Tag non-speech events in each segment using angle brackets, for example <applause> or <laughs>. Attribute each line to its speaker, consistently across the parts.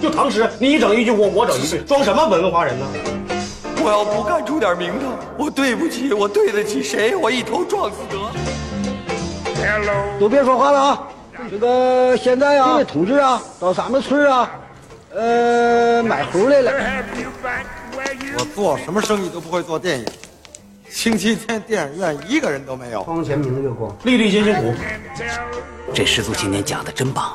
Speaker 1: 就常识，你一整一句，我我整一句，装什么文化人呢？
Speaker 2: 我要不干出点名堂，我对不起，我对得起谁？我一头撞死得了。
Speaker 3: 都别说话了啊！这个现在啊，这位同志啊，到咱们村啊，呃，买猴来了。
Speaker 4: 我做什么生意都不会做电影，星期天电影院一个人都没有。
Speaker 3: 光前明月光，
Speaker 1: 粒粒皆辛苦，
Speaker 5: 这师祖今天讲的真棒啊！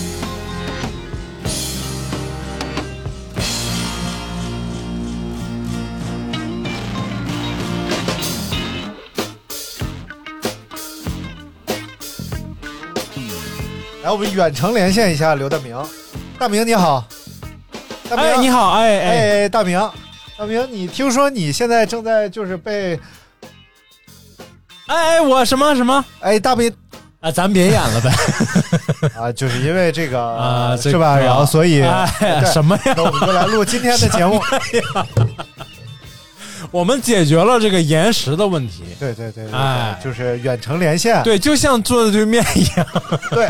Speaker 6: 来，我们远程连线一下刘大明。大明你好，大明、
Speaker 7: 哎，你，好，哎
Speaker 6: 哎，
Speaker 7: 哎，
Speaker 6: 大明，大明，你听说你现在正在就是被
Speaker 7: 哎哎，我什么什么
Speaker 6: 哎大明
Speaker 7: 啊？咱别演了呗
Speaker 6: <laughs> 啊，就是因为这个
Speaker 7: <laughs> 啊，这
Speaker 6: 是吧？
Speaker 7: 个
Speaker 6: 然后所以、
Speaker 7: 哎
Speaker 6: 对
Speaker 7: 什么呀？
Speaker 6: 那我们就来录今天的节目。
Speaker 7: <laughs> 我们解决了这个延时的问题。
Speaker 6: 对对对对对，
Speaker 7: 哎
Speaker 6: 就是远程连线。
Speaker 7: 对，就像坐在对面一样，
Speaker 6: 对。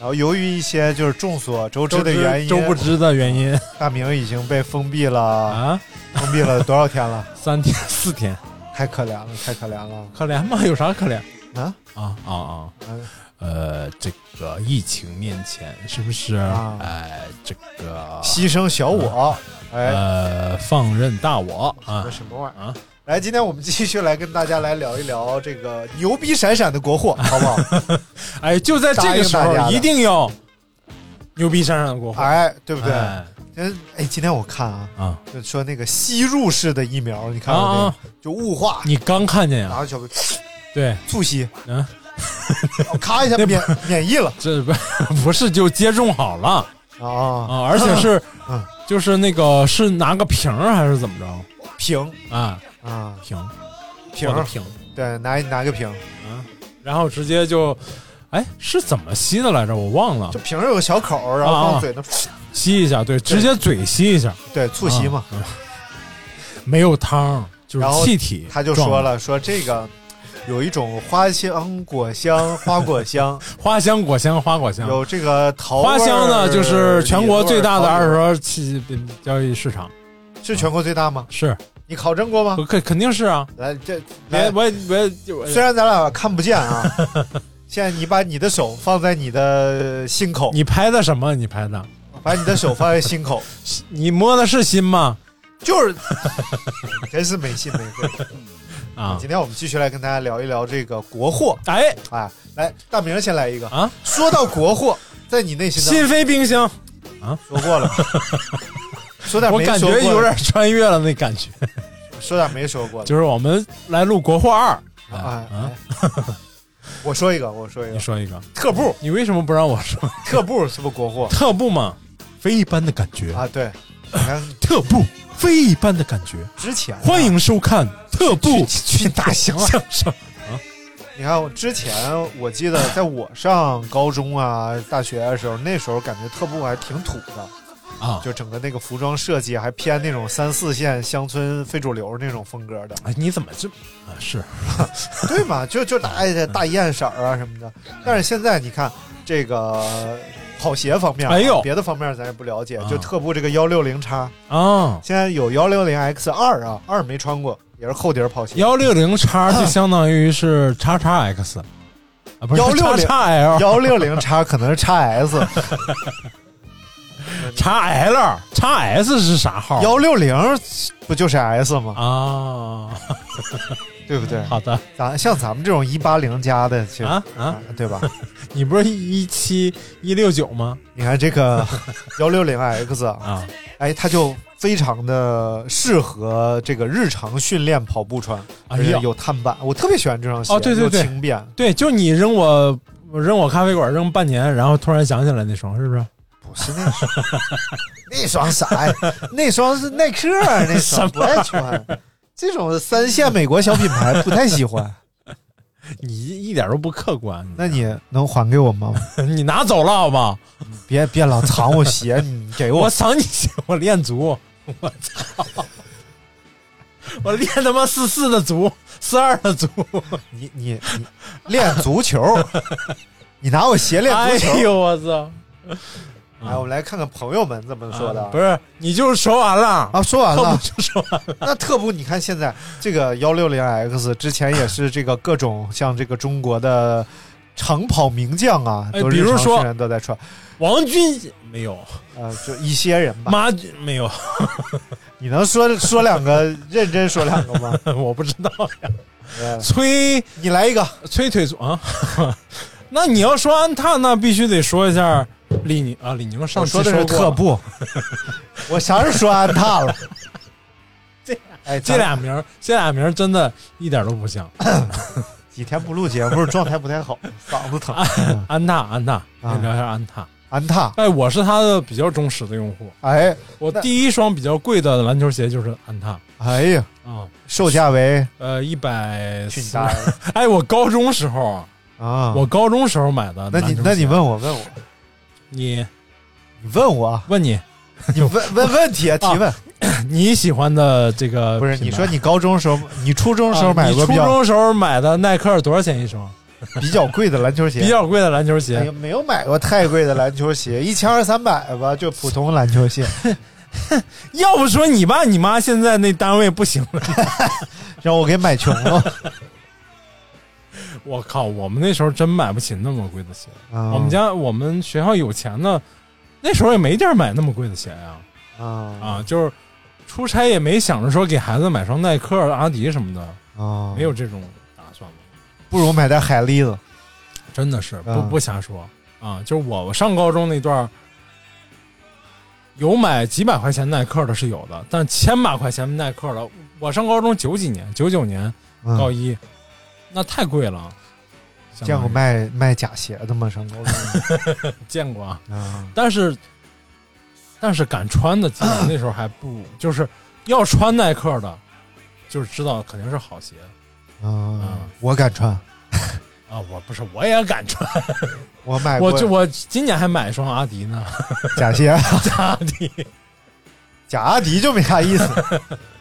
Speaker 6: 然后由于一些就是众所周知的原因，
Speaker 7: 周不知的原因
Speaker 6: 大明已经被封闭了，
Speaker 7: 啊，
Speaker 6: 封闭了多少天了？ <laughs>
Speaker 7: 三天四天，
Speaker 6: 太可怜了，太可怜了
Speaker 7: 可怜吗？有啥可怜
Speaker 6: 啊
Speaker 7: 啊啊啊
Speaker 6: 嗯！
Speaker 7: 呃，这个疫情面前，是不是？
Speaker 6: 啊
Speaker 7: 哎，这个
Speaker 6: 牺牲小我，哎，
Speaker 7: 呃，放任大我啊
Speaker 6: 那，什么玩意儿
Speaker 7: 啊？
Speaker 6: 来，今天我们继续来跟大家来聊一聊这个牛逼闪闪的国
Speaker 7: <laughs>
Speaker 6: 货，好不好？
Speaker 7: 哎，就在这个时
Speaker 6: 答应大家
Speaker 7: 候，
Speaker 6: 的
Speaker 7: 一定要牛逼闪闪的国货，
Speaker 6: 哎，对不对？
Speaker 7: 哎
Speaker 6: 今哎，今天我看啊，
Speaker 7: 啊
Speaker 6: 就说那个吸入式的疫苗，你看过
Speaker 7: 啊
Speaker 6: 没
Speaker 7: 啊！！
Speaker 6: 就雾化，
Speaker 7: 你刚看见
Speaker 6: 然
Speaker 7: 呀？
Speaker 6: 后小
Speaker 7: 对，
Speaker 6: <sniffs> 促吸，
Speaker 7: 嗯，
Speaker 6: <laughs> 咔一下
Speaker 7: <laughs> 那
Speaker 6: 免免疫了
Speaker 7: 这不 <laughs> 不是就接种好了
Speaker 6: 啊！
Speaker 7: 啊，而且是
Speaker 6: 嗯
Speaker 7: 就是那个是拿个瓶儿还是怎么着
Speaker 6: 瓶
Speaker 7: 啊？
Speaker 6: 啊，
Speaker 7: 瓶
Speaker 6: 瓶
Speaker 7: 我的
Speaker 6: 儿
Speaker 7: 瓶，
Speaker 6: 对，拿拿个瓶，
Speaker 7: 然后直接就，哎，是怎么吸的来着？我忘了
Speaker 6: 就，瓶儿有个小口儿，然后
Speaker 7: 啊
Speaker 6: 放
Speaker 7: 啊
Speaker 6: 嘴那， <sniffs>
Speaker 7: 吸一下，对，直接嘴吸一下，
Speaker 6: 对，促吸嘛。
Speaker 7: 啊，没有汤儿，就
Speaker 6: 然后
Speaker 7: 是气体。
Speaker 6: 他就说，了，说这个有一种花香果香，
Speaker 7: <laughs>
Speaker 6: 花果香。
Speaker 7: 花香果香，花果香。
Speaker 6: 有这个桃
Speaker 7: 花香
Speaker 6: 味
Speaker 7: 呢，
Speaker 6: 儿
Speaker 7: 就是全国最大的
Speaker 6: 梨味儿
Speaker 7: 二
Speaker 6: 桃
Speaker 7: 手
Speaker 6: 味儿
Speaker 7: 车汽交易市场，
Speaker 6: 是全国最大吗？
Speaker 7: 是，
Speaker 6: 你考证过吗？
Speaker 7: 肯肯定是啊。
Speaker 6: 来，这
Speaker 7: 别，
Speaker 6: 啊来，
Speaker 7: 我我我
Speaker 6: 虽然咱俩看不见
Speaker 7: <laughs>
Speaker 6: 啊，现在你把你的手放在你的心口，
Speaker 7: 你拍的什么？你拍的？
Speaker 6: 把你的手放在心
Speaker 7: <laughs>
Speaker 6: 口，
Speaker 7: 你摸的是心吗？
Speaker 6: 就是，真是没心没肺。
Speaker 7: <laughs> 啊，
Speaker 6: 今天我们继续来跟大家聊一聊这个国货
Speaker 7: 哎
Speaker 6: 啊，来，大明儿先来一个
Speaker 7: 啊。
Speaker 6: 说到国货，在你内心当
Speaker 7: 心扉冰箱，
Speaker 6: 中说过了
Speaker 7: <laughs>
Speaker 6: 吧，说点
Speaker 7: 我
Speaker 6: 没
Speaker 7: 感
Speaker 6: 说
Speaker 7: 觉
Speaker 6: 过的，
Speaker 7: 有点穿越了那感觉。 <laughs>
Speaker 6: 说点没说过的
Speaker 7: 就是我们来录国货二，哎
Speaker 6: 啊。
Speaker 7: 啊
Speaker 6: 哎，我说一个，我说一
Speaker 7: 你
Speaker 6: 个，
Speaker 7: 说一个，
Speaker 6: 特步，
Speaker 7: 你为什么不让我说？
Speaker 6: 特步是不是国货
Speaker 7: <laughs> 特步嘛，非一般的感觉
Speaker 6: 啊？对，你看
Speaker 7: 特步，非一般的感觉。
Speaker 6: 之前啊
Speaker 7: 欢，迎收看特步
Speaker 6: 去去去大型了
Speaker 7: 相声。
Speaker 6: 你看我之前我记得在我上高中啊、大学的时候，那时候感觉特步还挺土的，
Speaker 7: 啊！
Speaker 6: 就整个那个服装设计还偏那种三四线乡村非主流那种风格的，
Speaker 7: 哎，你怎么这啊？是 <laughs>
Speaker 6: 对嘛？就就大哎大艳色儿啊什么的。但是现在你看这个跑鞋方面啊，
Speaker 7: 哎呦
Speaker 6: 别的方面咱也不了解，
Speaker 7: 啊
Speaker 6: 就特步这个幺六零叉，
Speaker 7: 啊，
Speaker 6: 现在有幺六零 X 二啊，二没穿过，也是厚底儿跑鞋。
Speaker 7: 幺六零叉就相当于是叉叉 X 啊，不是
Speaker 6: 160
Speaker 7: 叉 L
Speaker 6: 幺六零叉可能是叉
Speaker 7: <laughs>
Speaker 6: S，
Speaker 7: 叉 L 叉 S 是啥号？
Speaker 6: 幺六零不就是 S 吗？
Speaker 7: 啊，
Speaker 6: 对不对？
Speaker 7: 好的
Speaker 6: 咱像咱们这种一八零加的，其实、
Speaker 7: 啊啊，
Speaker 6: 对吧？
Speaker 7: 你不是一七一六九吗？
Speaker 6: 你看这
Speaker 7: <laughs>
Speaker 6: 个幺六零 X 啊，
Speaker 7: 啊，
Speaker 6: 哎，它就非常的适合这个日常训练跑步穿，
Speaker 7: 哎
Speaker 6: 而且
Speaker 7: 呀
Speaker 6: 有碳板，我特别喜欢这双鞋，
Speaker 7: 哦对对
Speaker 6: 又
Speaker 7: 对
Speaker 6: 轻便。
Speaker 7: 对，就你扔我扔我咖啡馆扔半年，然后突然想起来那双是不是？
Speaker 6: 不是那双，那双啥呀？那双是耐克啊，那
Speaker 7: <laughs>
Speaker 6: 双不爱穿。这种三线美国小品牌不太喜欢。
Speaker 7: 你一点都不客观，
Speaker 6: 那你能还给我吗？
Speaker 7: <laughs> 你拿走了好吗？
Speaker 6: 别别老藏我鞋，你给
Speaker 7: 我
Speaker 6: 我。
Speaker 7: 操你！ <laughs> 我练足，我操！我练他妈四四的足，四二的足，
Speaker 6: 你你你练足球，你拿我鞋 <laughs> 练
Speaker 7: 哎
Speaker 6: 足球。
Speaker 7: 呦我操！
Speaker 6: 来，我们来看看朋友们怎么说的。
Speaker 7: 啊不是，你就是说完了， <laughs>
Speaker 6: 啊，说完
Speaker 7: 特
Speaker 6: 了
Speaker 7: 不。就说完了？
Speaker 6: <laughs> 那特步，你看现在这个幺六零 X 之前也是这个各种像这个中国的长跑名将啊，
Speaker 7: 哎
Speaker 6: 都
Speaker 7: 比如说
Speaker 6: 人都在穿，
Speaker 7: 王军
Speaker 6: <laughs>
Speaker 7: 没有，
Speaker 6: 呃，就一些人吧。
Speaker 7: 马军没有， <laughs>
Speaker 6: 你能说说两个，认真说两个吗？
Speaker 7: 我不知道
Speaker 6: <laughs>
Speaker 7: 呀。
Speaker 6: 呃
Speaker 7: 崔
Speaker 6: 你来一
Speaker 7: <laughs>
Speaker 6: 个，
Speaker 7: 崔腿足啊，那你要说安踏，那必须得说一下李宁啊，李宁上
Speaker 6: 我
Speaker 7: 期
Speaker 6: 说的是
Speaker 7: 过了
Speaker 6: 特步，我啥时候说安踏了？这哎，
Speaker 7: <laughs> 这
Speaker 6: 咱
Speaker 7: 俩名儿，这俩名儿真的一点都不
Speaker 6: <laughs>
Speaker 7: 像。
Speaker 6: 几天不录节目，状态不太好， <laughs> 嗓子疼。嗯
Speaker 7: 安踏，安踏，先聊一下安踏。
Speaker 6: 安踏，
Speaker 7: 哎，我是他的比较忠实的用户，
Speaker 6: 哎
Speaker 7: 我
Speaker 6: 那
Speaker 7: 第一双比较贵的篮球鞋就是安踏
Speaker 6: 哎呀，
Speaker 7: 啊，
Speaker 6: 售价为
Speaker 7: 呃，一百
Speaker 6: 去你
Speaker 7: 四
Speaker 6: 大。爷
Speaker 7: <laughs> 哎，我高中时候啊，
Speaker 6: 啊！
Speaker 7: 我高中时候买的
Speaker 6: 那
Speaker 7: 篮球
Speaker 6: 你
Speaker 7: 鞋。
Speaker 6: 那你问我问我
Speaker 7: 你
Speaker 6: 你问我啊
Speaker 7: 问你 <laughs>
Speaker 6: 你问问问题啊提问。
Speaker 7: 你喜欢的这个
Speaker 6: 不是，
Speaker 7: 品
Speaker 6: 你
Speaker 7: 牌
Speaker 6: 说你高中时候，你初中时候
Speaker 7: 啊
Speaker 6: 买
Speaker 7: 你
Speaker 6: 过比
Speaker 7: 初
Speaker 6: 较
Speaker 7: 中时候买的耐克多少钱一双？
Speaker 6: 比较贵的篮球鞋，
Speaker 7: 比较贵的篮球
Speaker 6: 哎
Speaker 7: 鞋
Speaker 6: 呀，没有买过太贵的篮球鞋，一千二三百吧，就普通篮球鞋。
Speaker 7: 要不说你爸你妈现在那单位不行了， <laughs>
Speaker 6: 让我给买穷了。
Speaker 7: 我靠，我们那时候真买不起那么贵的鞋。
Speaker 6: <laughs> 啊
Speaker 7: 我们家我们学校有钱的，那时候也没地儿买那么贵的鞋
Speaker 6: 啊
Speaker 7: 呀、啊，就是出差也没想着说给孩子买双耐克、阿迪什么的，
Speaker 6: 啊，
Speaker 7: 没有，这种打算过。
Speaker 6: 不如买点海蛎子。
Speaker 7: 真的是不
Speaker 6: 啊
Speaker 7: 不瞎说啊，就是我我上高中那段儿，有买几百块钱耐克的是有的，但千把块钱耐克的，我上高中九几年，九九年
Speaker 6: 嗯
Speaker 7: 高一，那太贵了。
Speaker 6: 见过
Speaker 7: 没？
Speaker 6: 卖卖假鞋的吗？上高
Speaker 7: <laughs>
Speaker 6: 中
Speaker 7: 见过啊，
Speaker 6: 啊，
Speaker 7: 但是但是敢穿的，基
Speaker 6: <coughs>
Speaker 7: 本那时候还不就是要穿耐克的，就是知道肯定是好鞋
Speaker 6: 啊，我敢穿，
Speaker 7: 啊。我不是，我也敢穿，
Speaker 6: 我买过
Speaker 7: 我就我今年还买一双阿迪呢，
Speaker 6: 假鞋，
Speaker 7: 阿迪。
Speaker 6: 假阿迪就没啥意思。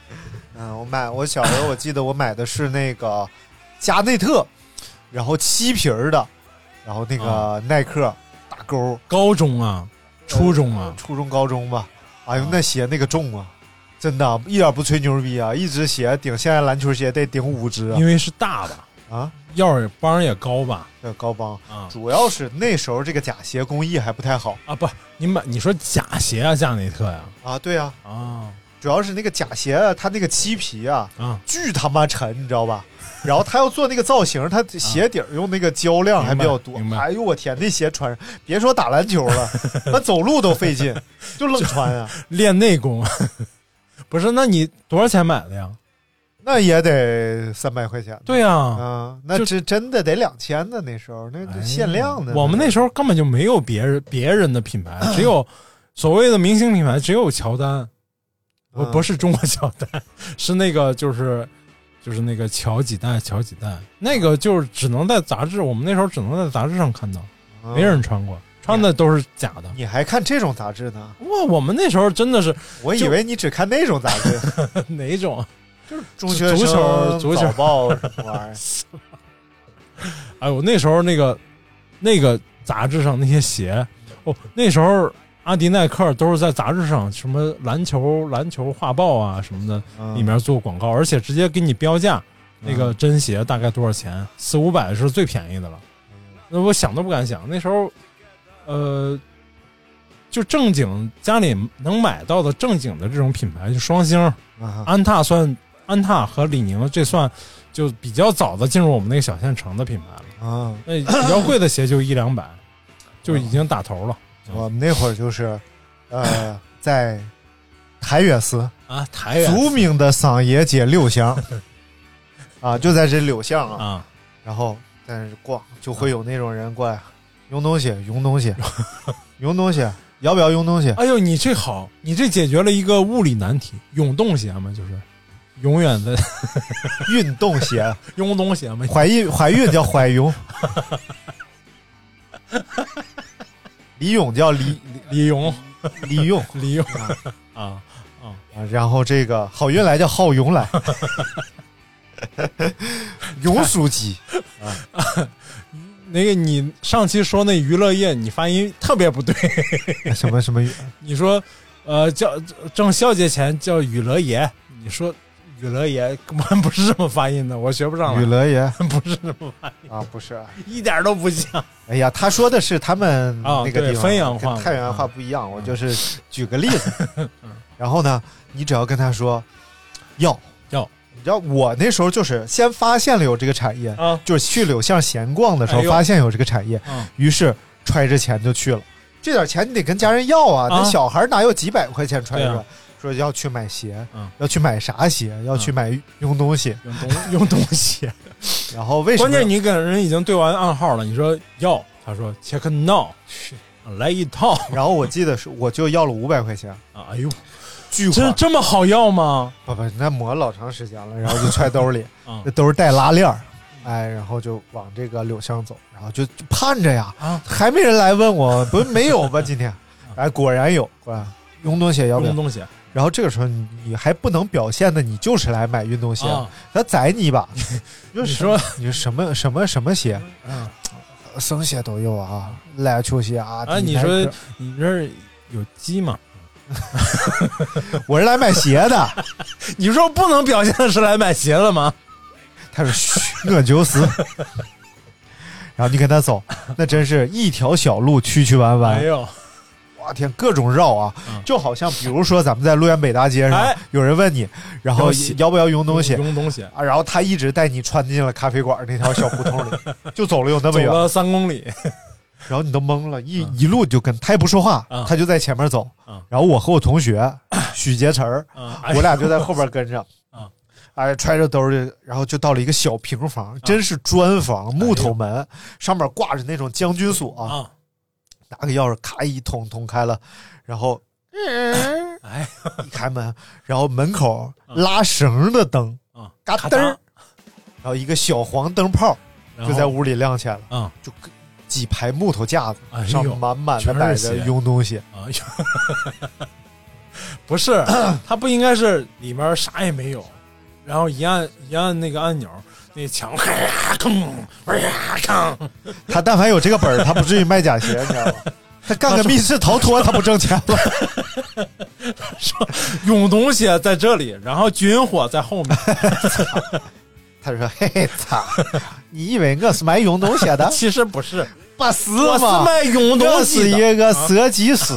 Speaker 6: <laughs> 嗯，我买，我小时候我记得我买的是那个加内特，然后漆皮儿的，然后那个耐克大勾，
Speaker 7: 高中啊，初中啊，
Speaker 6: 初中、高中吧。哎呦，那鞋那个重啊，真的，一点不吹牛逼啊，一只鞋顶现在篮球鞋得顶五只啊
Speaker 7: 因为是大吧，
Speaker 6: 啊，
Speaker 7: 腰儿也帮也高吧，
Speaker 6: 这高帮。
Speaker 7: 啊
Speaker 6: 主要是那时候这个假鞋工艺还不太好
Speaker 7: 啊不，你买你说假鞋啊，加内特呀、
Speaker 6: 啊，对啊，
Speaker 7: 啊，
Speaker 6: 主要是那个假鞋啊它那个漆皮啊，
Speaker 7: 啊
Speaker 6: 巨他妈沉，你知道吧？ <laughs> 然后他要做那个造型，他鞋底儿用那个胶量还比较多
Speaker 7: 明。白明白
Speaker 6: 哎呦我天，那鞋穿上，别说打篮球
Speaker 7: <laughs>
Speaker 6: 了，那走路都费劲，就愣穿啊。
Speaker 7: 练内功， <laughs> 不是？那你多少钱买的呀？
Speaker 6: 那也得三百块钱。
Speaker 7: 对呀、
Speaker 6: 啊，那
Speaker 7: 就
Speaker 6: 这真的得两千的那时候，那
Speaker 7: 哎
Speaker 6: 那
Speaker 7: 呀
Speaker 6: 啊限量的。啊
Speaker 7: 我们那时候根本就没有别人别人的品牌，只有所谓的明星品牌，只有乔丹，不、
Speaker 6: 嗯
Speaker 7: 不是中国乔丹， <laughs> 是那个就是就是那个乔几代乔几代，那个就是只能在杂志，我们那时候只能在杂志上看到，
Speaker 6: 啊
Speaker 7: 没人穿过，穿的都是假的。
Speaker 6: 你还看这种杂志呢？
Speaker 7: 哇，我们那时候真的是 <laughs>
Speaker 6: 我以
Speaker 7: 就
Speaker 6: 为你只看那种杂志，
Speaker 7: 哪种？
Speaker 6: 中学
Speaker 7: <laughs> 足球
Speaker 6: 生
Speaker 7: 足球
Speaker 6: 早报什么玩意儿。
Speaker 7: 哎，我那时候那个那个杂志上那些鞋，哦，那时候阿迪耐克都是在杂志上，什么篮球篮球画报啊什么的 <laughs>
Speaker 6: 嗯
Speaker 7: 里面做广告，而且直接给你标价，那个真鞋大概多少钱，四五百是最便宜的了。那我想都不敢想，那时候，呃。就正经家里能买到的正经的这种品牌，就双星、
Speaker 6: 啊
Speaker 7: 安踏算安踏和李宁，这算就比较早的进入我们那个小县城的品牌了。
Speaker 6: 啊！
Speaker 7: 那比较贵的鞋就一
Speaker 6: <laughs>
Speaker 7: 两百，就已经打头了
Speaker 6: 我们那会儿就是， <laughs> 呃，在台远寺
Speaker 7: 啊！台
Speaker 6: 著名的桑野街柳 <laughs> 巷，啊，就在这柳巷啊，
Speaker 7: 啊，
Speaker 6: 然后在那逛，就会有那种人过来，用东西，用东 <laughs> 西，用东西，要 <laughs> 不要用东西？
Speaker 7: 哎呦，你这好，你这解决了一个物理难题，永动鞋嘛，就是永远的 <laughs>
Speaker 6: 运动鞋，
Speaker 7: 用东西嘛，
Speaker 6: 怀孕怀孕叫怀 <laughs> 孕，李勇叫李
Speaker 7: 李勇，
Speaker 6: 李勇，
Speaker 7: 李勇啊，
Speaker 6: 啊然后这个好运来叫好勇 <laughs> 来，勇叔鸡，
Speaker 7: 那个你上期说那娱乐业，你发音特别不对，
Speaker 6: <laughs>
Speaker 7: <laughs>
Speaker 6: 什么什么
Speaker 7: 你说呃叫挣小节钱叫娱乐爷，你说娱乐爷根本不是这么发音的，我学不上
Speaker 6: 雨
Speaker 7: 来，
Speaker 6: 乐爷
Speaker 7: <laughs> 不是这么发音，
Speaker 6: 啊，不是，
Speaker 7: 一点都不像。
Speaker 6: 哎呀，他说的是他们
Speaker 7: 啊
Speaker 6: 那个地
Speaker 7: 对
Speaker 6: 方、
Speaker 7: 汾阳嗯话
Speaker 6: 跟太原话不一样，我就是举个例
Speaker 7: <laughs>
Speaker 6: 子。
Speaker 7: 嗯
Speaker 6: 然后呢，你只要跟他说要
Speaker 7: 要，
Speaker 6: 你知道我那时候就是先发现了有这个产业，
Speaker 7: <laughs> 啊
Speaker 6: 就是去柳巷闲逛的时候
Speaker 7: 哎呦
Speaker 6: 发现有这个产业，
Speaker 7: 嗯
Speaker 6: 于是揣着钱就去了。这点钱你得跟家人要啊，
Speaker 7: 啊
Speaker 6: 那小孩哪有几百块钱揣着？
Speaker 7: 对啊
Speaker 6: 说要去买鞋，
Speaker 7: 嗯
Speaker 6: 要去买啥鞋？要去买用东西。
Speaker 7: 用东用东西，
Speaker 6: 然后为什么？
Speaker 7: 关键你给人已经对完暗号了，你说要，他说 check now，来一套
Speaker 6: 然后我记得是我就要了五百块钱，
Speaker 7: 啊！哎呦，
Speaker 6: 巨
Speaker 7: 真
Speaker 6: 款。
Speaker 7: 这么好要吗？
Speaker 6: 不不，那磨老长时间了，然后就揣兜
Speaker 7: <laughs>
Speaker 6: 里，
Speaker 7: 啊
Speaker 6: 那兜儿带拉链儿，哎，然后就往这个柳巷走，然后就就盼着呀，
Speaker 7: 啊，
Speaker 6: 还没人来问我，不是没有
Speaker 7: <laughs>
Speaker 6: 吧？今天，哎，果然有，果然运动鞋要不要
Speaker 7: 用？东西啊
Speaker 6: 然后这个时候你你还不能表现的，你就是来买运动鞋，他宰你一
Speaker 7: <laughs>
Speaker 6: 把，你
Speaker 7: 啊你说
Speaker 6: 你说什么什么什么鞋，
Speaker 7: 嗯
Speaker 6: 什么鞋都有啊，篮球鞋啊，
Speaker 7: 啊，你
Speaker 6: 耐克
Speaker 7: 说你这儿有鸡吗？
Speaker 6: 我是来买鞋的，
Speaker 7: <laughs> 你说不能表现的是来买鞋了吗？
Speaker 6: 他说嘘，我就死。然后你跟他走，那真是一条小路曲曲弯弯
Speaker 7: 哎，呦，
Speaker 6: 哇天，各种绕啊，
Speaker 7: 嗯
Speaker 6: 就好像比如说咱们在路远北大街上，
Speaker 7: 哎
Speaker 6: 有人问你，然后
Speaker 7: 要鞋
Speaker 6: 要不要用东西
Speaker 7: 用东西，
Speaker 6: 啊，然后他一直带你穿进了咖啡馆那条小胡同里，就走了有那
Speaker 7: 走
Speaker 6: 么远，
Speaker 7: 了三公里，
Speaker 6: 然后你都懵了，一、一路就跟他也不说话，
Speaker 7: 嗯
Speaker 6: 他就在前面走，
Speaker 7: 嗯
Speaker 6: 然后我和我同学许杰词儿，
Speaker 7: 啊，
Speaker 6: 我俩就在后边跟着。
Speaker 7: 嗯
Speaker 6: 哎，揣着兜儿就，然后就到了一个小平
Speaker 7: 嗯
Speaker 6: 房，真是砖房，
Speaker 7: 哎
Speaker 6: 木头门，上面挂着那种将军锁，
Speaker 7: 啊，
Speaker 6: 拿个钥匙咔一捅捅开了，然后
Speaker 7: 哎，嗯
Speaker 6: 一开门，然后门口拉绳的灯，
Speaker 7: 啊，
Speaker 6: 嘎
Speaker 7: 咔
Speaker 6: 噔儿
Speaker 7: 嚓，
Speaker 6: 然后一个小黄灯泡
Speaker 7: 然
Speaker 6: 就
Speaker 7: 后
Speaker 6: 在屋里亮起来了，
Speaker 7: 啊
Speaker 6: 就几排木头架子、
Speaker 7: 哎呦
Speaker 6: 上面满满的
Speaker 7: 全是
Speaker 6: 摆着
Speaker 7: 鞋
Speaker 6: 用东西，
Speaker 7: 啊， <laughs>
Speaker 6: <coughs>
Speaker 7: 不是，它不应该是里面啥也没有，然后一按一按那个按钮，那墙咔吭咔吭，
Speaker 6: <laughs> 他但凡有这个本儿，他不至于卖假 <laughs> 鞋，你知道吗？他干个密室逃脱，他不挣钱吗？
Speaker 7: 说永东西在这里，然后军火在后面，？
Speaker 6: <laughs> 他 <laughs> 说：“嘿嘿，操，你以为我是卖用 <laughs> 东西啊的
Speaker 7: <laughs>
Speaker 6: <laughs>
Speaker 7: 其实不是，
Speaker 6: 不是
Speaker 7: 我是
Speaker 6: 嘛，
Speaker 7: 卖永
Speaker 6: 我
Speaker 7: 东
Speaker 6: 是
Speaker 7: 西的
Speaker 6: 一个设计 <laughs> 师，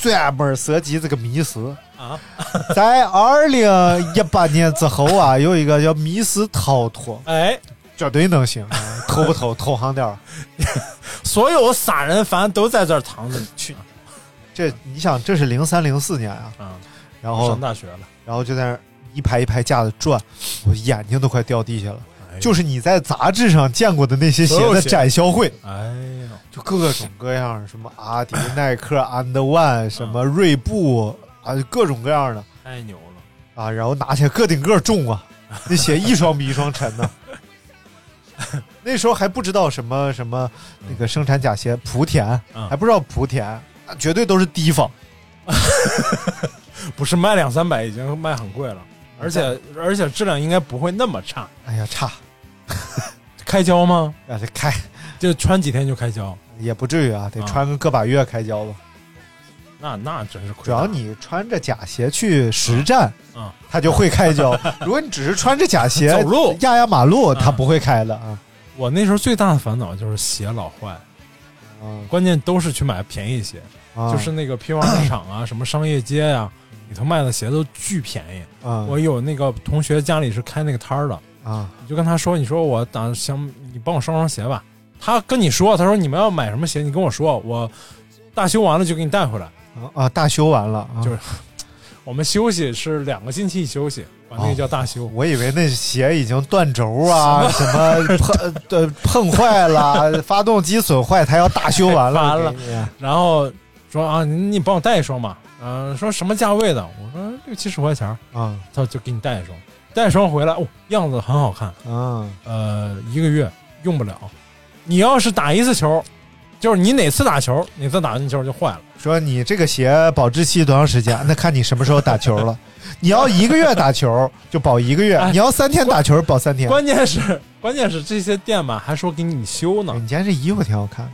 Speaker 6: 专门设计这个迷失。
Speaker 7: 啊，
Speaker 6: <laughs> 在二零一八年之后啊，有一个叫迷失逃脱，
Speaker 7: 哎，
Speaker 6: 绝对能行，投不投？投行点儿。
Speaker 7: 所有杀人犯都在这儿藏着呢去
Speaker 6: 这你想，这是零三零四年 <laughs> 啊，
Speaker 7: 啊，
Speaker 6: 然后
Speaker 7: 上大学了，
Speaker 6: 然后就在那儿一排一排架子 <laughs> 转，我眼睛都快掉地下了。
Speaker 7: 哎
Speaker 6: 就是你在杂志上见过的那些鞋
Speaker 7: 所有
Speaker 6: 的
Speaker 7: 鞋
Speaker 6: 展销会，
Speaker 7: 哎呦，
Speaker 6: 就各种各样，什么阿 <laughs> 迪、耐克、And One，什么锐步啊，各种各样的
Speaker 7: 太牛了。
Speaker 6: 啊，然后拿起来个顶个重 <laughs> 啊，那鞋一双比一双沉呢、 <laughs> 那时候还不知道什么什么那个生产假鞋，莆田
Speaker 7: 嗯
Speaker 6: 还不知道莆田，那绝对都是提防。
Speaker 7: 不是卖两三百已经卖很贵了，而且
Speaker 6: 嗯
Speaker 7: 而且质量应该不会那么差。
Speaker 6: 哎呀，差，
Speaker 7: 开胶吗？
Speaker 6: 啊，这开
Speaker 7: 就穿几天就开胶？
Speaker 6: 也不至于啊，得
Speaker 7: 啊
Speaker 6: 穿个个把月开胶吧。
Speaker 7: 那那真是亏大。
Speaker 6: 主要你穿着假鞋去实战，
Speaker 7: 嗯
Speaker 6: 它就会开
Speaker 7: <laughs>
Speaker 6: 胶。如果你只是穿着假鞋
Speaker 7: 走路
Speaker 6: 压压马路，它
Speaker 7: 嗯
Speaker 6: 不会开的啊。
Speaker 7: 我那时候最大的烦恼就是鞋老坏，
Speaker 6: 嗯
Speaker 7: 关键都是去买便宜鞋，
Speaker 6: 啊
Speaker 7: 就是那个批发市场啊，什么商业街呀、里头卖的鞋都巨便宜。
Speaker 6: 啊
Speaker 7: 我有那个同学家里是开那个摊儿的，
Speaker 6: 啊
Speaker 7: 你就跟他说，你说我打想你帮我收双鞋吧。他跟你说，他说你们要买什么鞋，你跟我说，我大修完了就给你带回来。
Speaker 6: 啊啊！大修完了，啊
Speaker 7: 就是我们休息是两个星期一休息，管
Speaker 6: 哦
Speaker 7: 那个叫大休。
Speaker 6: 我以为那鞋已经断轴啊，什么碰呃碰坏
Speaker 7: <laughs>
Speaker 6: 了，发动机损坏，它要大修完了。
Speaker 7: 完了
Speaker 6: 我给你啊
Speaker 7: 然后说啊，你你帮我呃带一双吧。嗯、说什么价位的？我说六七十块钱儿，
Speaker 6: 啊
Speaker 7: 他就给你带一双。带双回来，哦，样子很好看。
Speaker 6: 嗯，
Speaker 7: 呃，一个月用不了。你要是打一次球，就是你哪次打球，哪次打进球就坏了。
Speaker 6: 说你这个鞋保质期多长时间？那 <laughs> 看你什么时候打球了。你要一个月打球就保一个月，
Speaker 7: 哎
Speaker 6: 你要三天打球保三天。
Speaker 7: 关键是，关键是这些店吧还说给你修呢
Speaker 6: 哎，你今天这衣服挺好看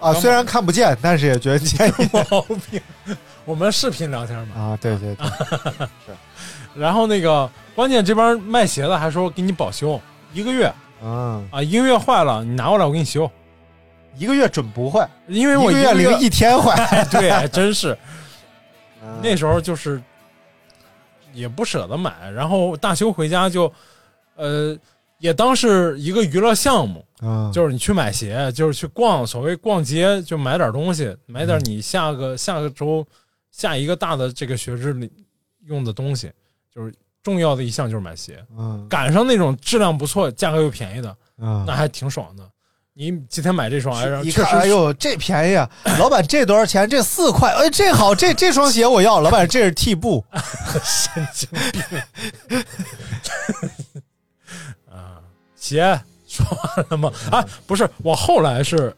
Speaker 6: 啊，虽然看不见， <laughs> 但是也觉
Speaker 7: <laughs>
Speaker 6: 得建议
Speaker 7: <laughs> 毛病。我们视频聊天嘛，
Speaker 6: 啊，对对
Speaker 7: <laughs>
Speaker 6: 对，
Speaker 7: 然后那个关键这边卖鞋的还说给你保修一个月
Speaker 6: 嗯，
Speaker 7: 啊，一个月坏了你拿过来我给你修，
Speaker 6: 一个月准不坏，
Speaker 7: 因为
Speaker 6: 一
Speaker 7: 我
Speaker 6: 个月零
Speaker 7: 一
Speaker 6: 一天
Speaker 7: <laughs>
Speaker 6: 坏。
Speaker 7: 对，还真是
Speaker 6: 嗯
Speaker 7: 那时候就是也不舍得买，然后大修回家就呃也当是一个娱乐项目，
Speaker 6: 嗯，
Speaker 7: 就是你去买鞋，就是去逛，所谓逛街就买点东西，买
Speaker 6: 嗯
Speaker 7: 点你下个、下个周下一个大的这个学制里用的东西，就是重要的一项就是买鞋。
Speaker 6: 嗯
Speaker 7: 赶上那种质量不错、价格又便宜的，
Speaker 6: 嗯
Speaker 7: 那还挺爽的。你今天买这双，哎，然后
Speaker 6: 一
Speaker 7: 确
Speaker 6: 看，
Speaker 7: 实
Speaker 6: 哎呦，这便宜啊！老板，这多少钱？这四块，哎，这好，这这双鞋我要。老板，这是 T
Speaker 7: <laughs>
Speaker 6: 布，
Speaker 7: 神经病啊！鞋说完了吗？啊，不是，我后来是，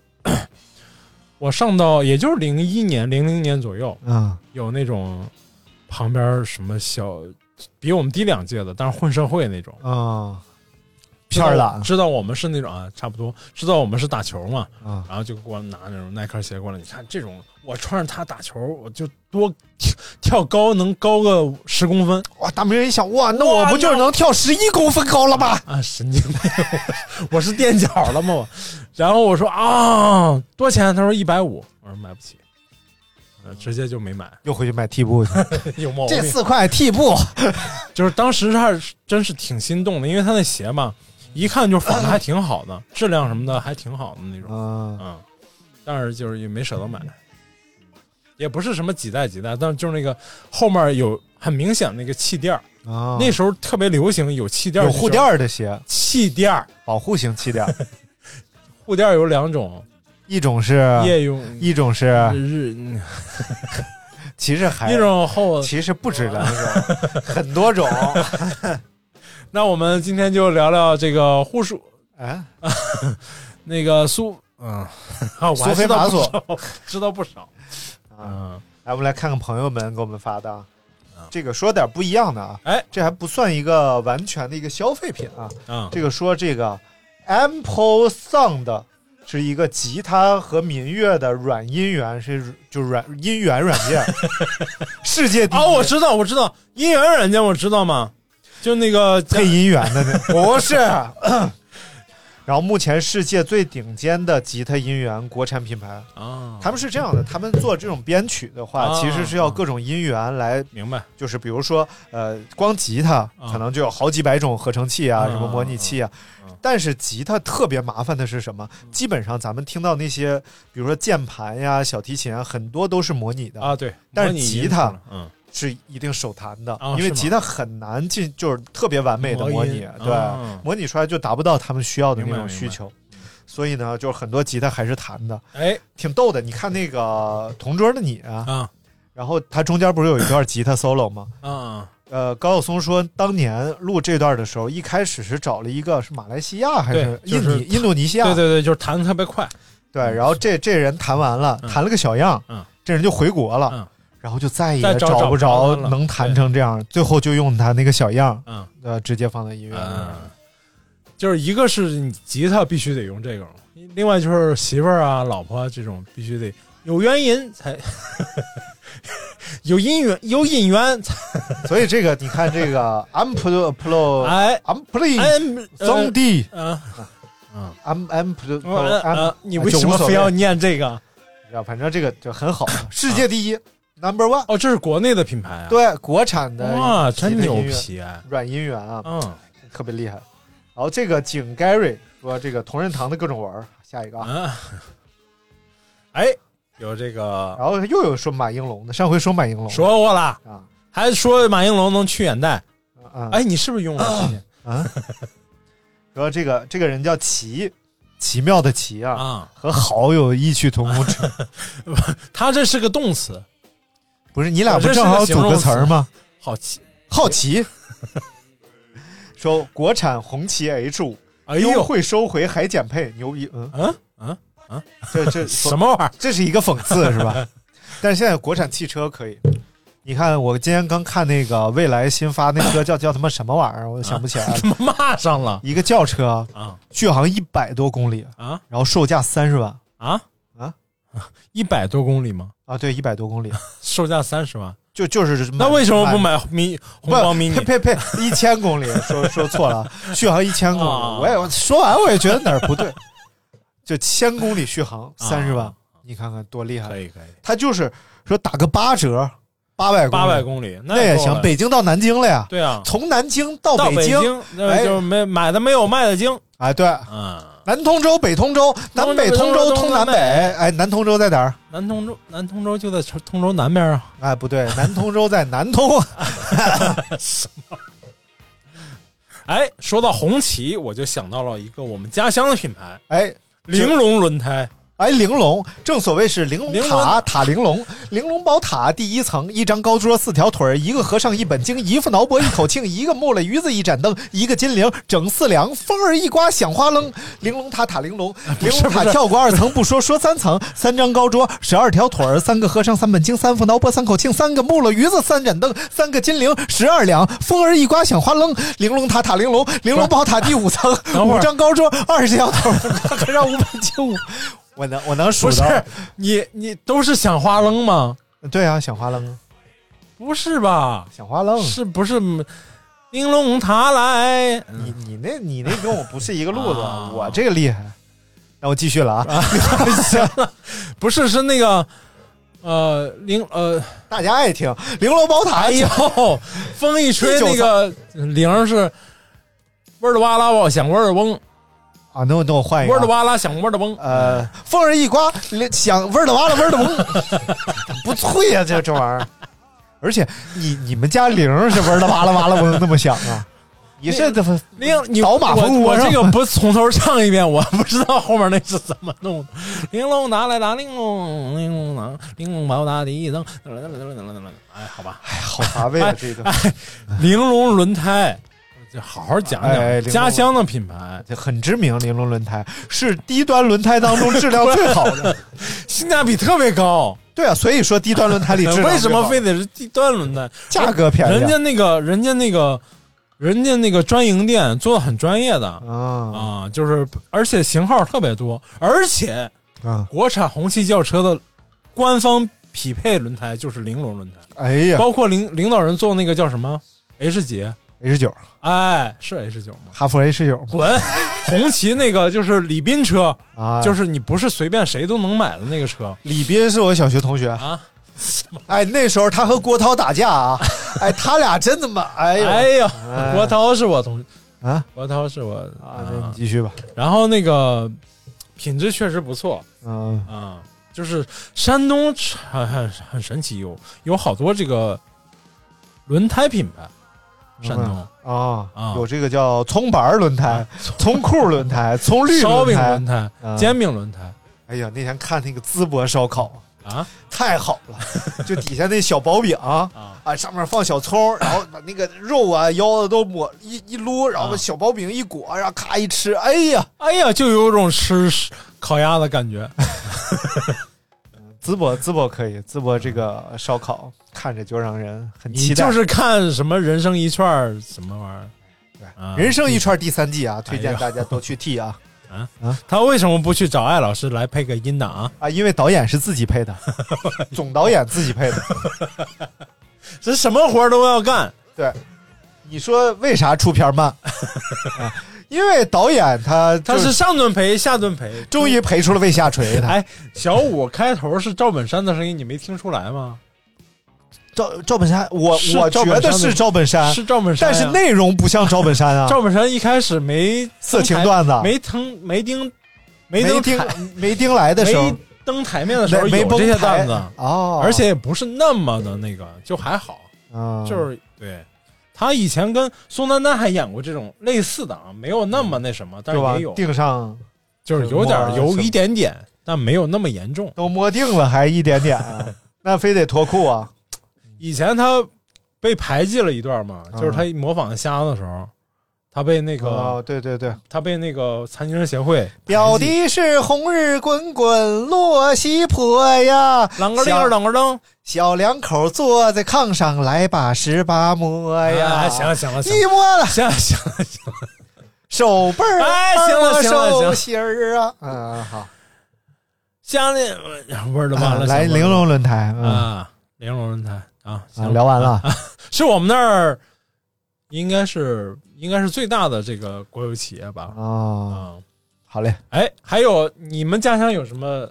Speaker 7: <clears throat> 我上到也就是零一年、零零年左右，
Speaker 6: 嗯
Speaker 7: 有那种旁边什么小比我们低两届的，但是混社会那种
Speaker 6: 啊，片儿
Speaker 7: 了，
Speaker 6: 党
Speaker 7: 知道我们是那种啊，差不多知道我们是打球嘛，
Speaker 6: 啊，
Speaker 7: 然后就给我拿那种耐克鞋过来。你看这种，我穿着它打球，我就多跳高能高个十公分
Speaker 6: 哇！大明人一想，哇，那
Speaker 7: 哇
Speaker 6: 我不就是能跳十一公分高了吗？
Speaker 7: 啊！神经病，我我是垫脚了吗？我，然后我说啊，多少钱？他说一百五，我说买不起，呃直接就
Speaker 6: <laughs>
Speaker 7: 没买，
Speaker 6: 又回去买 T 布去，
Speaker 7: 有毛病
Speaker 6: 这。四块 T
Speaker 7: <laughs>
Speaker 6: 布，
Speaker 7: 就是当时还是真是挺心动的，因为他那鞋吧，一看就仿的还挺好的，质量什么的还挺好的那种，
Speaker 6: 嗯
Speaker 7: 嗯，但是就是也没舍得买，也不是什么几代几代，但是就是那个后面有很明显那个气垫儿，
Speaker 6: 啊，
Speaker 7: 那时候特别流行有气垫儿，
Speaker 6: 有护垫、儿的鞋，
Speaker 7: 气垫儿、
Speaker 6: 保护型气
Speaker 7: <laughs>
Speaker 6: 垫儿，
Speaker 7: 护垫儿有两种，
Speaker 6: 一种是，
Speaker 7: 夜用
Speaker 6: 一种是，
Speaker 7: 日嗯
Speaker 6: 其实还
Speaker 7: 一种
Speaker 6: <laughs>
Speaker 7: 厚。
Speaker 6: 其实不止两 <laughs> 种，很多 <laughs> 种。
Speaker 7: 那我们今天就聊聊这个护舒
Speaker 6: 哎，
Speaker 7: 那个苏嗯， <laughs> 啊，我还
Speaker 6: 苏菲
Speaker 7: 知道
Speaker 6: 玛
Speaker 7: 不
Speaker 6: 索啊
Speaker 7: 少，知道不少，嗯。
Speaker 6: 来，我们来看看朋友们给我们发的啊。这个说点不一样的啊，
Speaker 7: 哎，
Speaker 6: 这还不算一个完全的一个消费品啊。
Speaker 7: 啊，
Speaker 6: 这个说这个 Ample Sound 是一个吉他和民乐的软音源，是就软音源软 <laughs> 件，世界第一、
Speaker 7: 哦，我知道，我知道，音源软件我知道嘛，就那个
Speaker 6: 配音源的那 <laughs> 不是。然后目前世界最顶尖的吉他音源国产品牌，
Speaker 7: 啊，
Speaker 6: 他们是这样的，他们做这种编曲的话，
Speaker 7: 啊
Speaker 6: 其实是要各种音源来
Speaker 7: 明白
Speaker 6: 就是比如说，呃，光吉他
Speaker 7: 啊
Speaker 6: 可能就有好几百种合成器啊，
Speaker 7: 啊
Speaker 6: 什么模拟器啊。
Speaker 7: 啊啊嗯
Speaker 6: 但是吉他特别麻烦的是什么？基本上咱们听到那些，比如说键盘呀、小提琴啊，很多都是模拟的，
Speaker 7: 啊，对，
Speaker 6: 但是
Speaker 7: 模拟
Speaker 6: 吉
Speaker 7: 音
Speaker 6: 他
Speaker 7: 出来，嗯，
Speaker 6: 是一定手弹的，
Speaker 7: 啊
Speaker 6: 因为
Speaker 7: 是吗
Speaker 6: 吉他很难进，就是特别完美的模拟，
Speaker 7: 模音
Speaker 6: 对，
Speaker 7: 啊
Speaker 6: 模拟出来就达不到他们需要的那
Speaker 7: 明白
Speaker 6: 种需求。所以呢，就是很多吉他还是弹的，
Speaker 7: 哎
Speaker 6: 挺逗的。你看那个《同桌的你》啊，
Speaker 7: 啊
Speaker 6: 然后它中间不是有一段吉他 solo 吗？
Speaker 7: 啊
Speaker 6: 呃，高晓松说，当年录这段的时候，一开始是找了一个是马来西亚还是
Speaker 7: 对
Speaker 6: 印尼、
Speaker 7: 就是
Speaker 6: 印度尼西亚？
Speaker 7: 对对对，就是弹的特别快，
Speaker 6: 对然后这这人弹完了，
Speaker 7: 嗯
Speaker 6: 弹了个小样，
Speaker 7: 嗯
Speaker 6: 这人就回国了，
Speaker 7: 嗯
Speaker 6: 然后就再也
Speaker 7: 再找
Speaker 6: 不
Speaker 7: 找
Speaker 6: 着
Speaker 7: 不着了
Speaker 6: 能弹成这样，最后就用他那个小样，
Speaker 7: 嗯
Speaker 6: 呃，直接放在音乐里。
Speaker 7: 嗯，就是一个是你吉他必须得用这个，另外就是媳妇儿啊、老婆啊这种必须得有原因才 <laughs> 有姻缘，有姻缘才
Speaker 6: 所以这个你看，这
Speaker 7: <laughs>
Speaker 6: 个 I'm Pro Pro
Speaker 7: 哎
Speaker 6: I'm Play
Speaker 7: 哎
Speaker 6: 哦兄
Speaker 7: 呃
Speaker 6: 弟哦
Speaker 7: 啊
Speaker 6: I'm I'm Pro
Speaker 7: 我呃
Speaker 6: Pro
Speaker 7: 啊
Speaker 6: I'm，，
Speaker 7: 你为什么非要念这个？
Speaker 6: 反正这个就很
Speaker 7: <laughs>
Speaker 6: 好，世界第一 Number One，
Speaker 7: 哦，这是国内的品牌啊，
Speaker 6: 对，国产的
Speaker 7: 哇，
Speaker 6: 吉他
Speaker 7: 真牛
Speaker 6: 音乐
Speaker 7: 皮哎！
Speaker 6: 软音源啊，
Speaker 7: 嗯
Speaker 6: 特别厉害。然后这个井 Gary 说这个同仁堂的各种玩儿，下一个啊。
Speaker 7: 啊， <laughs> 哎，有这个
Speaker 6: 然后又有说马应龙的，上回说马应龙的
Speaker 7: 说过了，
Speaker 6: 啊
Speaker 7: 还说马应龙能去眼袋。
Speaker 6: 啊
Speaker 7: 哎，你是不是用了去年
Speaker 6: 啊，说这个这个人叫奇，奇妙的奇啊，
Speaker 7: 啊？
Speaker 6: 和好有异曲同工之
Speaker 7: <laughs>
Speaker 6: 处。
Speaker 7: 他这是个动词，
Speaker 6: 不是你俩不正好组个词儿吗？
Speaker 7: 好奇
Speaker 6: 好奇， <laughs> 说国产红旗 H 五
Speaker 7: 哎
Speaker 6: 优
Speaker 7: 呦，
Speaker 6: 惠收回还减配，牛逼！嗯，
Speaker 7: 嗯嗯，
Speaker 6: 这
Speaker 7: <laughs>
Speaker 6: 这
Speaker 7: 什么玩意儿？
Speaker 6: 这是一个讽刺是吧？ <laughs> 但是现在国产汽车可以，你看我今天刚看那个蔚来新发那车叫叫他妈什么玩意儿，我都想不起来了，
Speaker 7: <laughs> 怎么骂上
Speaker 6: <laughs>
Speaker 7: 了
Speaker 6: 一个轿车
Speaker 7: 啊
Speaker 6: 续航一百多公里，
Speaker 7: 啊
Speaker 6: 然后售价三十万
Speaker 7: 啊
Speaker 6: 啊！
Speaker 7: <laughs> 一百多公里吗？
Speaker 6: 啊，对，一百多公里，
Speaker 7: 售价三十万，
Speaker 6: 就就是
Speaker 7: 那为什么不？买迷红光迷你
Speaker 6: 呸？呸呸！一千公里，说 <laughs> 说错了，续航一千公
Speaker 7: 啊
Speaker 6: 里。我也我说完我也觉得哪儿不对，就千公里续航三十万
Speaker 7: 啊，
Speaker 6: 你看看多厉害！
Speaker 7: 可以可以，
Speaker 6: 他就是说打个八折，八百
Speaker 7: 八百公里那
Speaker 6: 那也
Speaker 7: 够
Speaker 6: 行，
Speaker 7: 了
Speaker 6: 北京到南京了呀，
Speaker 7: 对啊，
Speaker 6: 从南京到
Speaker 7: 到
Speaker 6: 北京，
Speaker 7: 京那就是没买的没有卖的精，
Speaker 6: 哎，对，
Speaker 7: 嗯，
Speaker 6: 南通州、北通州、南北通州通南北，
Speaker 7: 东南
Speaker 6: 哎，南通州在哪儿？
Speaker 7: 南通州南通州就在城通州南边啊，
Speaker 6: 哎，不对，南通州在南通，啊 <laughs>
Speaker 7: 哎，说到红旗，我就想到了一个我们家乡的品牌
Speaker 6: 哎。
Speaker 7: 玲珑轮胎，
Speaker 6: 哎，玲珑，正所谓是玲珑
Speaker 7: 玲
Speaker 6: 塔
Speaker 7: 珑
Speaker 6: 塔玲珑，玲珑宝塔第一层，一张高桌，四条腿儿，一个和尚，一本经，一副挠脖，一口磬，一个木了，鱼子，一盏灯，一个金铃，整四两，风儿一刮响花楞，玲珑塔塔玲珑，玲珑塔 <laughs> 跳过二层不说，说三层，三张高桌，十二条腿儿，三个和尚，三本经，三副挠脖，三口磬，三个木了，鱼子，三盏灯，三个金铃，十二两，风儿一刮响花楞，玲珑塔塔玲珑，玲珑宝塔第五层，
Speaker 7: 等会
Speaker 6: 五
Speaker 7: 儿
Speaker 6: 张高桌，二十条腿儿， <laughs> 和尚五本经五。我能我能数
Speaker 7: 不是
Speaker 6: 到，
Speaker 7: 你你都是想花楞吗？
Speaker 6: 对啊，响花楞，
Speaker 7: 不是吧？
Speaker 6: 响花楞，
Speaker 7: 是不是玲珑塔来？
Speaker 6: 你你那你那跟我不是一个路子，
Speaker 7: 啊
Speaker 6: 我这个厉害。那我继续了啊，行，
Speaker 7: 不是是那个呃玲呃，
Speaker 6: <laughs> 大家爱听玲珑宝塔，
Speaker 7: 哎呦，风一吹
Speaker 6: 19
Speaker 7: 那个铃是。味儿的哇啦哇响，味儿的嗡，
Speaker 6: 啊，那我那我换一
Speaker 7: 味儿的
Speaker 6: 个，
Speaker 7: 哇啦响，味儿的嗡。
Speaker 6: 呃，风儿一刮，铃响味儿的哇啦味儿的嗡，不脆呀、这这玩意儿。而且你你们家铃儿是味儿的哇啦哇啦嗡那么响
Speaker 7: <laughs>
Speaker 6: 啊？你是怎么
Speaker 7: 铃，你
Speaker 6: 倒马蜂
Speaker 7: 我
Speaker 6: 窝
Speaker 7: 我
Speaker 6: 上
Speaker 7: 这个不从头唱一遍，我不知道后面那是怎么弄的。玲珑拿来拿玲珑，玲珑拿玲珑宝打第一层。哎，好吧，
Speaker 6: 好乏味
Speaker 7: 哎
Speaker 6: 啊？这个
Speaker 7: 玲珑轮胎，就好好讲讲、
Speaker 6: 哎玲珑
Speaker 7: 家乡的品牌。
Speaker 6: 这很知名，玲珑轮胎是低端轮胎当中质量最好的。 <laughs>
Speaker 7: 性价比特别高，
Speaker 6: 对啊，所以说低端轮胎里质量
Speaker 7: <laughs> 为什
Speaker 6: 最
Speaker 7: 么
Speaker 6: 好
Speaker 7: 非得是低端轮胎？
Speaker 6: 价格便宜啊？
Speaker 7: 人家那个，人家那个，人家那个专营店做的很专业的
Speaker 6: 啊
Speaker 7: 啊，就是而且型号特别多，而且
Speaker 6: 啊！
Speaker 7: 国产红旗轿车的官方匹配轮胎就是玲珑轮胎，
Speaker 6: 哎呀
Speaker 7: 包括领领导人做那个叫什么 H 级，
Speaker 6: ，H 九，
Speaker 7: 哎，是 H 九吗？
Speaker 6: 哈弗 H 九
Speaker 7: 滚！ <laughs> 红旗那个就是礼宾车，
Speaker 6: 啊，
Speaker 7: 就是你不是随便谁都能买的那个车
Speaker 6: 李斌是我小学同学，
Speaker 7: 啊！
Speaker 6: 哎，那时候他和郭涛打架 <laughs> 啊，哎，他俩真他妈，哎呦
Speaker 7: 哎呀
Speaker 6: 哎，
Speaker 7: 国涛是我同事
Speaker 6: 啊，
Speaker 7: 国涛是我
Speaker 6: 啊，那你继续吧，
Speaker 7: 然后那个品质确实不错
Speaker 6: 嗯
Speaker 7: 啊，就是山东很很很神奇，有有好多这个轮胎品牌，山东
Speaker 6: 啊
Speaker 7: 啊，
Speaker 6: 有这个叫葱白轮胎、 <laughs> 葱裤轮胎、葱绿
Speaker 7: 烧饼
Speaker 6: 轮胎
Speaker 7: 轮。胎
Speaker 6: 啊、
Speaker 7: 煎饼轮胎
Speaker 6: 哎呀，那天看那个淄博烧烤，
Speaker 7: 啊，
Speaker 6: 太好了， <laughs> 就底下那小薄饼啊
Speaker 7: 啊
Speaker 6: 上面放小 <laughs> 葱，然后把那个肉啊、腰子都抹一一撸，然后把
Speaker 7: 啊
Speaker 6: 小薄饼一裹，然后咔一吃，哎呀，
Speaker 7: 哎呀，就有种吃烤鸭的感觉。
Speaker 6: 淄博淄博可以，淄博这个烧烤看着就让人很 <laughs> 期
Speaker 7: 你
Speaker 6: 待。
Speaker 7: 就是看什么人生一串儿什么玩意儿，
Speaker 6: 对
Speaker 7: 啊
Speaker 6: 人生一串第三季啊，推荐
Speaker 7: 哎呦
Speaker 6: 大家都去剃啊
Speaker 7: 他为什么不去找艾老师来配个音档啊？
Speaker 6: 啊，因为导演是自己配
Speaker 7: <laughs>
Speaker 6: 的，总导演自己配的。
Speaker 7: 这什么活儿都要干，
Speaker 6: 对，你说为啥出片
Speaker 7: <laughs>
Speaker 6: 慢？啊因为导演他就
Speaker 7: 他是上顿赔下顿赔，
Speaker 6: 终于赔出了为下垂他。
Speaker 7: 哎，小五开头是赵本山的声音，你没听出来吗？
Speaker 6: 赵赵本山，我
Speaker 7: 是
Speaker 6: 我
Speaker 7: 赵
Speaker 6: 觉
Speaker 7: 本山
Speaker 6: 得
Speaker 7: 的
Speaker 6: 是赵本山，
Speaker 7: 是赵本山
Speaker 6: 啊但
Speaker 7: 呀，
Speaker 6: 是内容不像赵本山啊，
Speaker 7: 赵本山一开始没
Speaker 6: 色情
Speaker 7: 登台
Speaker 6: 段子
Speaker 7: 没登没盯没
Speaker 6: 没
Speaker 7: 登
Speaker 6: 丁
Speaker 7: 台
Speaker 6: 没丁来的时候
Speaker 7: 没，登台面的时候
Speaker 6: 没
Speaker 7: 有
Speaker 6: 崩
Speaker 7: 这些
Speaker 6: 台
Speaker 7: 段子，
Speaker 6: 哦，
Speaker 7: 而且也不是那么的那个，就还好，
Speaker 6: 嗯
Speaker 7: 就是对。他以前跟宋丹丹还演过这种类似的啊，没有那么那什么，但
Speaker 6: 对
Speaker 7: 是
Speaker 6: 嗯吧
Speaker 7: 也？有，
Speaker 6: 定上
Speaker 7: 就是有
Speaker 6: 水
Speaker 7: 点
Speaker 6: 墨啊
Speaker 7: 有
Speaker 6: 什么
Speaker 7: 一点点，但没有那么严重。
Speaker 6: 都摸定了，还一点点
Speaker 7: <laughs>
Speaker 6: 啊，那非得脱裤啊？
Speaker 7: 以前他被排挤了一段嘛，
Speaker 6: 嗯
Speaker 7: 就是他模仿瞎的时候，他被那
Speaker 6: 哦
Speaker 7: 个，
Speaker 6: 对对对，
Speaker 7: 他被那个残疾人协会
Speaker 6: 表
Speaker 7: 排挤
Speaker 6: 弟是红日滚滚落西坡呀，
Speaker 7: 啷个
Speaker 6: 小
Speaker 7: 儿啷个噔，
Speaker 6: 小两口坐在炕上来把十八摸
Speaker 7: 哎
Speaker 6: 呀，
Speaker 7: 呀，行了行了行
Speaker 6: 一摸了
Speaker 7: 了行了行了行了，
Speaker 6: 手背儿，
Speaker 7: 哎行了
Speaker 6: 摸
Speaker 7: 行了行
Speaker 6: 手
Speaker 7: 了
Speaker 6: 心儿啊，嗯好，
Speaker 7: 乡里味儿都忘了，
Speaker 6: 啊来
Speaker 7: 想
Speaker 6: 玲珑论坛，嗯啊
Speaker 7: 啊，玲珑论坛啊，行
Speaker 6: 聊完了，
Speaker 7: 是我们那儿应该是应该是最大的这个国有企业吧？
Speaker 6: 哦，
Speaker 7: 啊，
Speaker 6: 好嘞，
Speaker 7: 哎，还有你们家乡有什么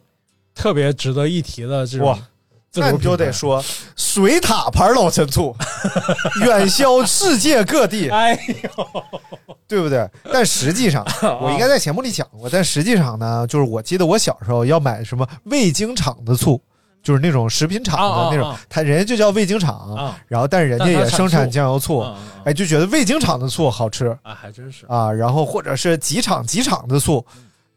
Speaker 7: 特别值得一提的这种
Speaker 6: 哇
Speaker 7: 自主品牌？
Speaker 6: 说水塔牌老陈
Speaker 7: <laughs>
Speaker 6: 醋，远销世界各地，
Speaker 7: 哎呦，
Speaker 6: 对
Speaker 7: <laughs>
Speaker 6: 不对？但实际上，
Speaker 7: 啊
Speaker 6: 我应该在节目里讲过。但实际上呢，就是我记得我小时候要买什么味精厂的醋，就是那种食品厂
Speaker 7: 啊啊
Speaker 6: 的那种
Speaker 7: 啊，
Speaker 6: 它人家就叫味精厂
Speaker 7: 啊，
Speaker 6: 然后但是人家
Speaker 7: 但它
Speaker 6: 也
Speaker 7: 产
Speaker 6: 生产
Speaker 7: 醋
Speaker 6: 酱油醋
Speaker 7: 啊啊啊，
Speaker 6: 哎，就觉得味精厂的醋好吃
Speaker 7: 啊，还真是
Speaker 6: 啊，然后或者是几厂几厂的醋。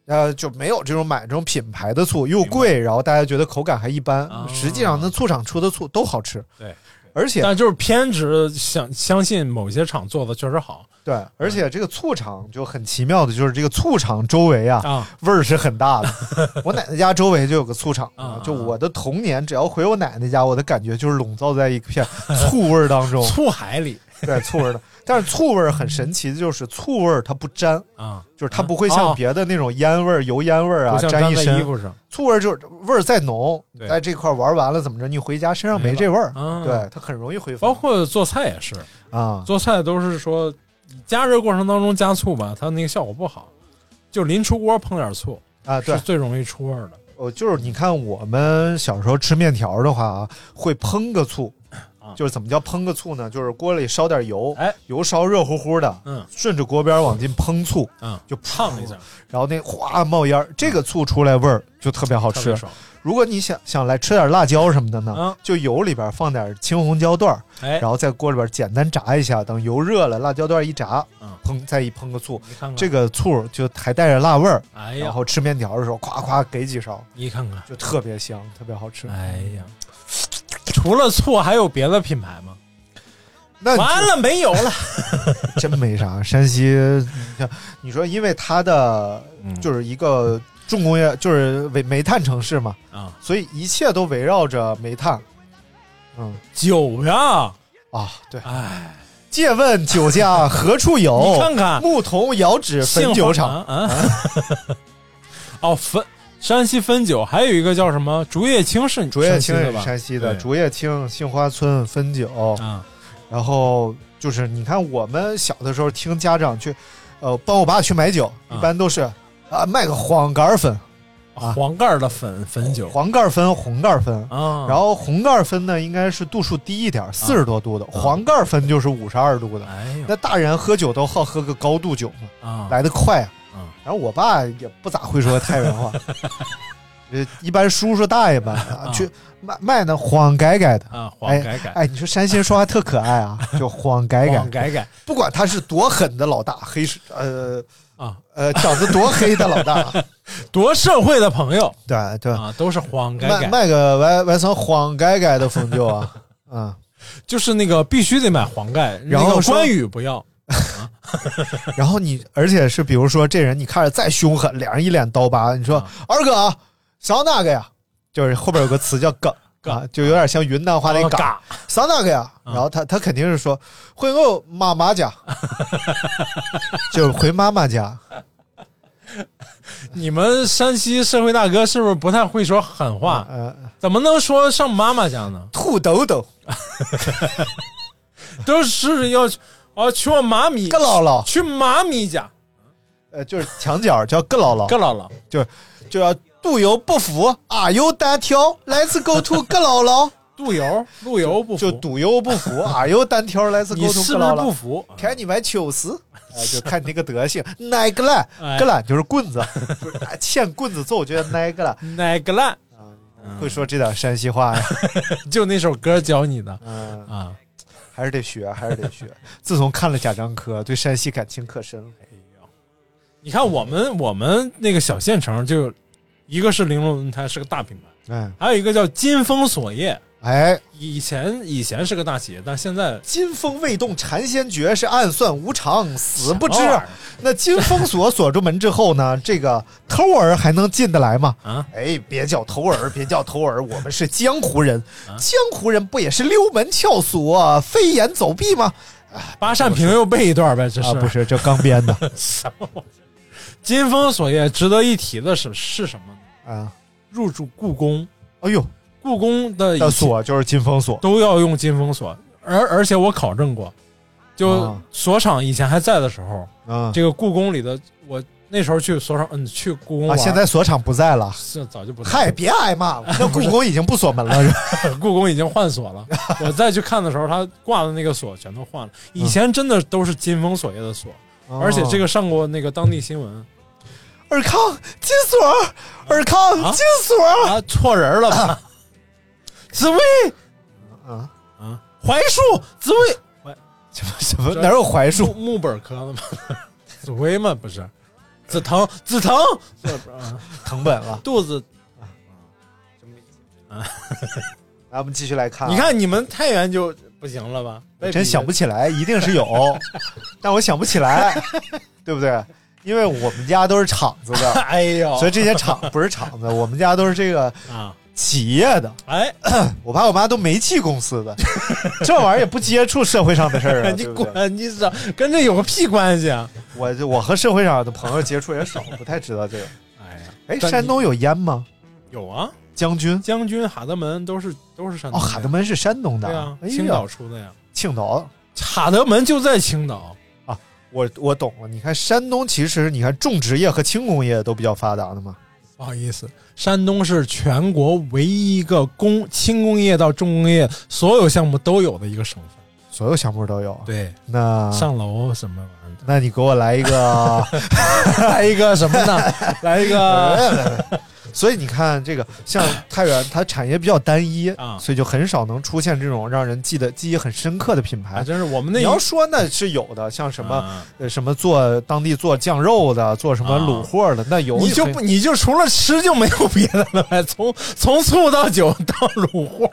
Speaker 6: 呃，就没有这种买这种品牌的醋，又贵，然后大家觉得口感还一般。
Speaker 7: 啊
Speaker 6: 实际上，那醋厂出的醋都好吃，
Speaker 7: 对，
Speaker 6: 而且
Speaker 7: 但就是偏执想相信某些厂做的确实好
Speaker 6: 对，而且这个醋厂就很奇妙的，就是这个醋厂周围啊，
Speaker 7: 啊
Speaker 6: 味儿是很大的。
Speaker 7: <laughs>
Speaker 6: 我奶奶家周围就有个醋厂
Speaker 7: 啊啊啊，
Speaker 6: 就我的童年，只要回我奶奶家，我的感觉就是笼罩在一
Speaker 7: <laughs>
Speaker 6: 片醋味儿当中，
Speaker 7: 醋海里
Speaker 6: 对醋味儿的。但是醋味儿很神奇的就是醋味儿它不粘，
Speaker 7: 啊，
Speaker 6: 就是它不会像
Speaker 7: 啊
Speaker 6: 别的那种烟味儿、油烟味儿啊
Speaker 7: 不像
Speaker 6: 沾一
Speaker 7: 在衣
Speaker 6: 身。
Speaker 7: 服上
Speaker 6: 醋味儿就是味儿再浓，
Speaker 7: 对
Speaker 6: 在这块儿玩完了怎么着，你回家身上没这味儿，
Speaker 7: 啊。
Speaker 6: 对，它很容易挥发
Speaker 7: 包括做菜也是，
Speaker 6: 啊。
Speaker 7: 做菜都是说加热过程当中加醋吧，它那个效果不好，就临出锅碰点醋
Speaker 6: 啊，对
Speaker 7: 是，最容易出味儿的
Speaker 6: 哦，就是你看我们小时候吃面条的话啊，会烹个醋，就是怎么叫烹个醋呢？就是锅里烧点油，
Speaker 7: 啊哎，
Speaker 6: 油烧热乎乎的，
Speaker 7: 嗯
Speaker 6: 顺着锅边往进烹醋，
Speaker 7: 啊，
Speaker 6: 就
Speaker 7: 烫一下，
Speaker 6: 然后那哗冒烟儿，这个醋出来味儿就特别好
Speaker 7: 特
Speaker 6: 吃
Speaker 7: 别。爽。
Speaker 6: 如果你想想来吃点辣椒什么的呢，
Speaker 7: 嗯
Speaker 6: 就油里边放点青红椒段儿，
Speaker 7: 哎，
Speaker 6: 然后在锅里边简单炸一下，等油热了，辣椒段儿一炸，
Speaker 7: 嗯
Speaker 6: 烹再一烹个醋，
Speaker 7: 你看看
Speaker 6: 这，个醋就还带着辣味儿。
Speaker 7: 哎
Speaker 6: 然
Speaker 7: 呀，
Speaker 6: 后吃面条的时候，夸夸给几勺，
Speaker 7: 你看看，
Speaker 6: 就特别香，特别好吃。
Speaker 7: 哎呀，除了醋还有别的品牌吗？
Speaker 6: 那
Speaker 7: 完了，没有了。
Speaker 6: <laughs> 真没啥。山西， <laughs> 你看，你说因为它的
Speaker 7: 嗯
Speaker 6: 就是一个重工业，就是煤煤炭城市嘛，
Speaker 7: 啊，
Speaker 6: 所以一切都围绕着煤炭。嗯
Speaker 7: 酒呀，
Speaker 6: 啊，对。
Speaker 7: 哎，
Speaker 6: 借问酒家何处有？
Speaker 7: <laughs> 你看看
Speaker 6: 牧童遥指汾酒厂。
Speaker 7: 杏花啊。啊 <laughs> 哦，汾山西汾酒还有一个叫什么竹叶青是
Speaker 6: 竹叶青
Speaker 7: 山西
Speaker 6: 也
Speaker 7: 的
Speaker 6: 是
Speaker 7: 吧？
Speaker 6: 山西的，
Speaker 7: 对
Speaker 6: 竹叶青、杏花村、汾酒，
Speaker 7: 啊，
Speaker 6: 然后就是你看我们小的时候听家长去，呃，帮我爸去买酒，一
Speaker 7: 啊
Speaker 6: 般都是啊卖个黄杆儿粉，啊
Speaker 7: 黄盖儿的汾汾酒
Speaker 6: 黄盖儿分红盖儿分，
Speaker 7: 啊，
Speaker 6: 然后红盖儿分呢应该是度数低一点，四十多度的，黄盖儿分就是五十二度的。
Speaker 7: 嗯哎呦
Speaker 6: 那大人喝酒都好喝个高度酒嘛，
Speaker 7: 啊，
Speaker 6: 来得快啊
Speaker 7: 嗯。
Speaker 6: 然后我爸也不咋会说太原
Speaker 7: <laughs>
Speaker 6: 话，呃，一般叔叔大爷们啊
Speaker 7: 啊
Speaker 6: 去卖卖那黄改改的。
Speaker 7: 啊，黄改改，
Speaker 6: 哎，你说山西人说话特可爱
Speaker 7: <laughs>
Speaker 6: 啊，就黄改
Speaker 7: 黄
Speaker 6: 改，
Speaker 7: 改改
Speaker 6: 不管他是多狠的老大，黑是呃
Speaker 7: 啊，
Speaker 6: 呃长得多黑的老
Speaker 7: <laughs>
Speaker 6: 大，
Speaker 7: 多社会的朋友
Speaker 6: 对对，
Speaker 7: 啊，都是黄改
Speaker 6: 卖
Speaker 7: 改，
Speaker 6: 卖个外外层黄改改的风酒啊，嗯。
Speaker 7: 就是那个必须得买黄盖，
Speaker 6: 然后
Speaker 7: 那个
Speaker 6: 说
Speaker 7: 关羽不要， <laughs>
Speaker 6: 然后你，而且是比如说这人你看着再凶狠，脸上一脸刀疤，你说、
Speaker 7: 啊
Speaker 6: 二哥啊，上那个呀？就是后边有个词叫“梗”
Speaker 7: <laughs> 梗嗯
Speaker 6: 啊，就有点像云南话那
Speaker 7: 啊
Speaker 6: “嘎”，上那个呀？然后他他肯定是说回我妈妈家， <laughs> 就是回妈妈家。
Speaker 7: 你们山西社会大哥是不是不太会说狠话？
Speaker 6: 呃，
Speaker 7: 怎么能说上妈妈家呢？
Speaker 6: 土豆豆，
Speaker 7: 都是要哦，去我妈咪，
Speaker 6: 个姥姥，
Speaker 7: 去妈咪家，
Speaker 6: 呃，就是墙角叫个姥
Speaker 7: 哥
Speaker 6: 姥，
Speaker 7: 姥姥
Speaker 6: 就是就要杜游不服啊，有单挑，Let's go to 个姥姥，
Speaker 7: 路由路由不服，
Speaker 6: 就赌游不服啊，有单挑，Let's go to
Speaker 7: 你是
Speaker 6: 个
Speaker 7: 不
Speaker 6: 姥
Speaker 7: 是
Speaker 6: 姥
Speaker 7: 不。服？
Speaker 6: 骗你买糗事，哎，就看你那个德行， <laughs> 哪个烂
Speaker 7: 哎，
Speaker 6: 个烂就是棍子，不是哎欠棍子揍，觉得哪个烂，
Speaker 7: 哪个烂？
Speaker 6: 会说这点山西话呀，
Speaker 7: 就那首歌教你的
Speaker 6: 嗯，
Speaker 7: 啊，
Speaker 6: 还是得学，还是得学。自从看了贾樟柯，对山西感情可深了。
Speaker 7: 你看我们我们那个小县城就一个是玲珑轮胎是个大品牌，
Speaker 6: 嗯
Speaker 7: 还有一个叫金风锁业，
Speaker 6: 哎，
Speaker 7: 以前以前是个大企业，但现在
Speaker 6: 金风未动禅先觉，是暗算无常，死不知
Speaker 7: 什么玩意儿。
Speaker 6: 那金封锁锁住门之后呢？这个偷儿还能进得来吗？
Speaker 7: 啊，
Speaker 6: 哎，别叫偷儿，别叫偷儿，我们是江湖人，江湖人不也是溜门撬锁、飞檐走壁吗？
Speaker 7: 八扇屏又背一段呗，这是、
Speaker 6: 哎啊，不是，这刚编
Speaker 7: <laughs>
Speaker 6: 的
Speaker 7: 什么玩意儿？金风锁业值得一提的是是什么呢？
Speaker 6: 啊。
Speaker 7: 入住故宫，
Speaker 6: 哎呦，
Speaker 7: 故宫的一
Speaker 6: 那
Speaker 7: 切
Speaker 6: 锁就是金封锁，
Speaker 7: 都要用金封锁，而而且我考证过，就
Speaker 6: 啊
Speaker 7: 锁厂以前还在的时候，
Speaker 6: 嗯，
Speaker 7: 这个故宫里的我那时候去锁厂，嗯，去故
Speaker 6: 啊，
Speaker 7: 宫玩，
Speaker 6: 现在锁厂不在了。
Speaker 7: 是早就不在
Speaker 6: 嗨，别挨骂
Speaker 7: <laughs>
Speaker 6: 了，那故宫已经不锁门了，是吧？
Speaker 7: 故宫已经换锁了。我再去看的时候，它挂的那个锁全都换了。以前真的都是金风锁业的锁，而且这个上过那个当地新闻
Speaker 6: 尔康金锁，尔康
Speaker 7: 啊
Speaker 6: 金锁，
Speaker 7: 啊，错人了吧？紫薇
Speaker 6: 啊
Speaker 7: 啊，槐树，紫薇
Speaker 6: 什么什么哪有槐
Speaker 7: 木 <laughs>
Speaker 6: 树？
Speaker 7: 木本科的吗？紫薇吗？不是，紫藤，紫藤，
Speaker 6: 藤本了。
Speaker 7: 肚子。
Speaker 6: 咱们继续来看啊，
Speaker 7: 你看你们太原就不行了吧？
Speaker 6: 我真想不起来，一定
Speaker 7: <laughs>
Speaker 6: 是有，但我想不起来，对不对？因为我们家都是厂子
Speaker 7: <laughs>
Speaker 6: 的，
Speaker 7: 哎呦，
Speaker 6: 所以这些厂不是厂子，我们家都是这个
Speaker 7: 啊，
Speaker 6: 企业的。
Speaker 7: 哎，
Speaker 6: 我爸我妈都煤气公司的，这玩意儿也不接触社会上的事儿啊。
Speaker 7: <laughs> 你
Speaker 6: 对不对
Speaker 7: 滚，你少跟这有个屁关系啊！
Speaker 6: 我就我和社会上的朋友接触也少，不太知道这个。
Speaker 7: 哎呀，
Speaker 6: 哎，
Speaker 7: <laughs> 但你
Speaker 6: 山东有烟吗？
Speaker 7: 有啊，
Speaker 6: 将军
Speaker 7: 将军、哈德门都是都是山
Speaker 6: 哦，
Speaker 7: 东的呀
Speaker 6: 哈德门是山东的
Speaker 7: 对啊，
Speaker 6: 哎呀
Speaker 7: 青岛出的呀。
Speaker 6: 青岛，
Speaker 7: 哈德门就在青岛，
Speaker 6: 我我懂了。你看山东，其实你看种植业和轻工业都比较发达的嘛。
Speaker 7: 不好意思，山东是全国唯一一个工轻工业到重工业所有项目都有的一个省份。
Speaker 6: 所有项目都有啊。
Speaker 7: 对，
Speaker 6: 那
Speaker 7: 上楼什么玩意儿的。
Speaker 6: 那你给我来一
Speaker 7: <laughs>
Speaker 6: 个， <laughs>
Speaker 7: 来一个什么 <laughs> 呢？来一个
Speaker 6: 所以你看这个像太原，它产业比较单一
Speaker 7: 啊
Speaker 6: 所以就很少能出现这种让人记得记忆很深刻的品
Speaker 7: 啊，
Speaker 6: 牌。
Speaker 7: 真是我们那
Speaker 6: 你
Speaker 7: 一
Speaker 6: 要说那是有的，像什么、
Speaker 7: 啊
Speaker 6: 呃什么做当地做酱肉的，做什么
Speaker 7: 啊
Speaker 6: 卤货的，那有
Speaker 7: 你就
Speaker 6: 很
Speaker 7: 不你就除了吃就没有别的了呗？从从醋到酒到卤货，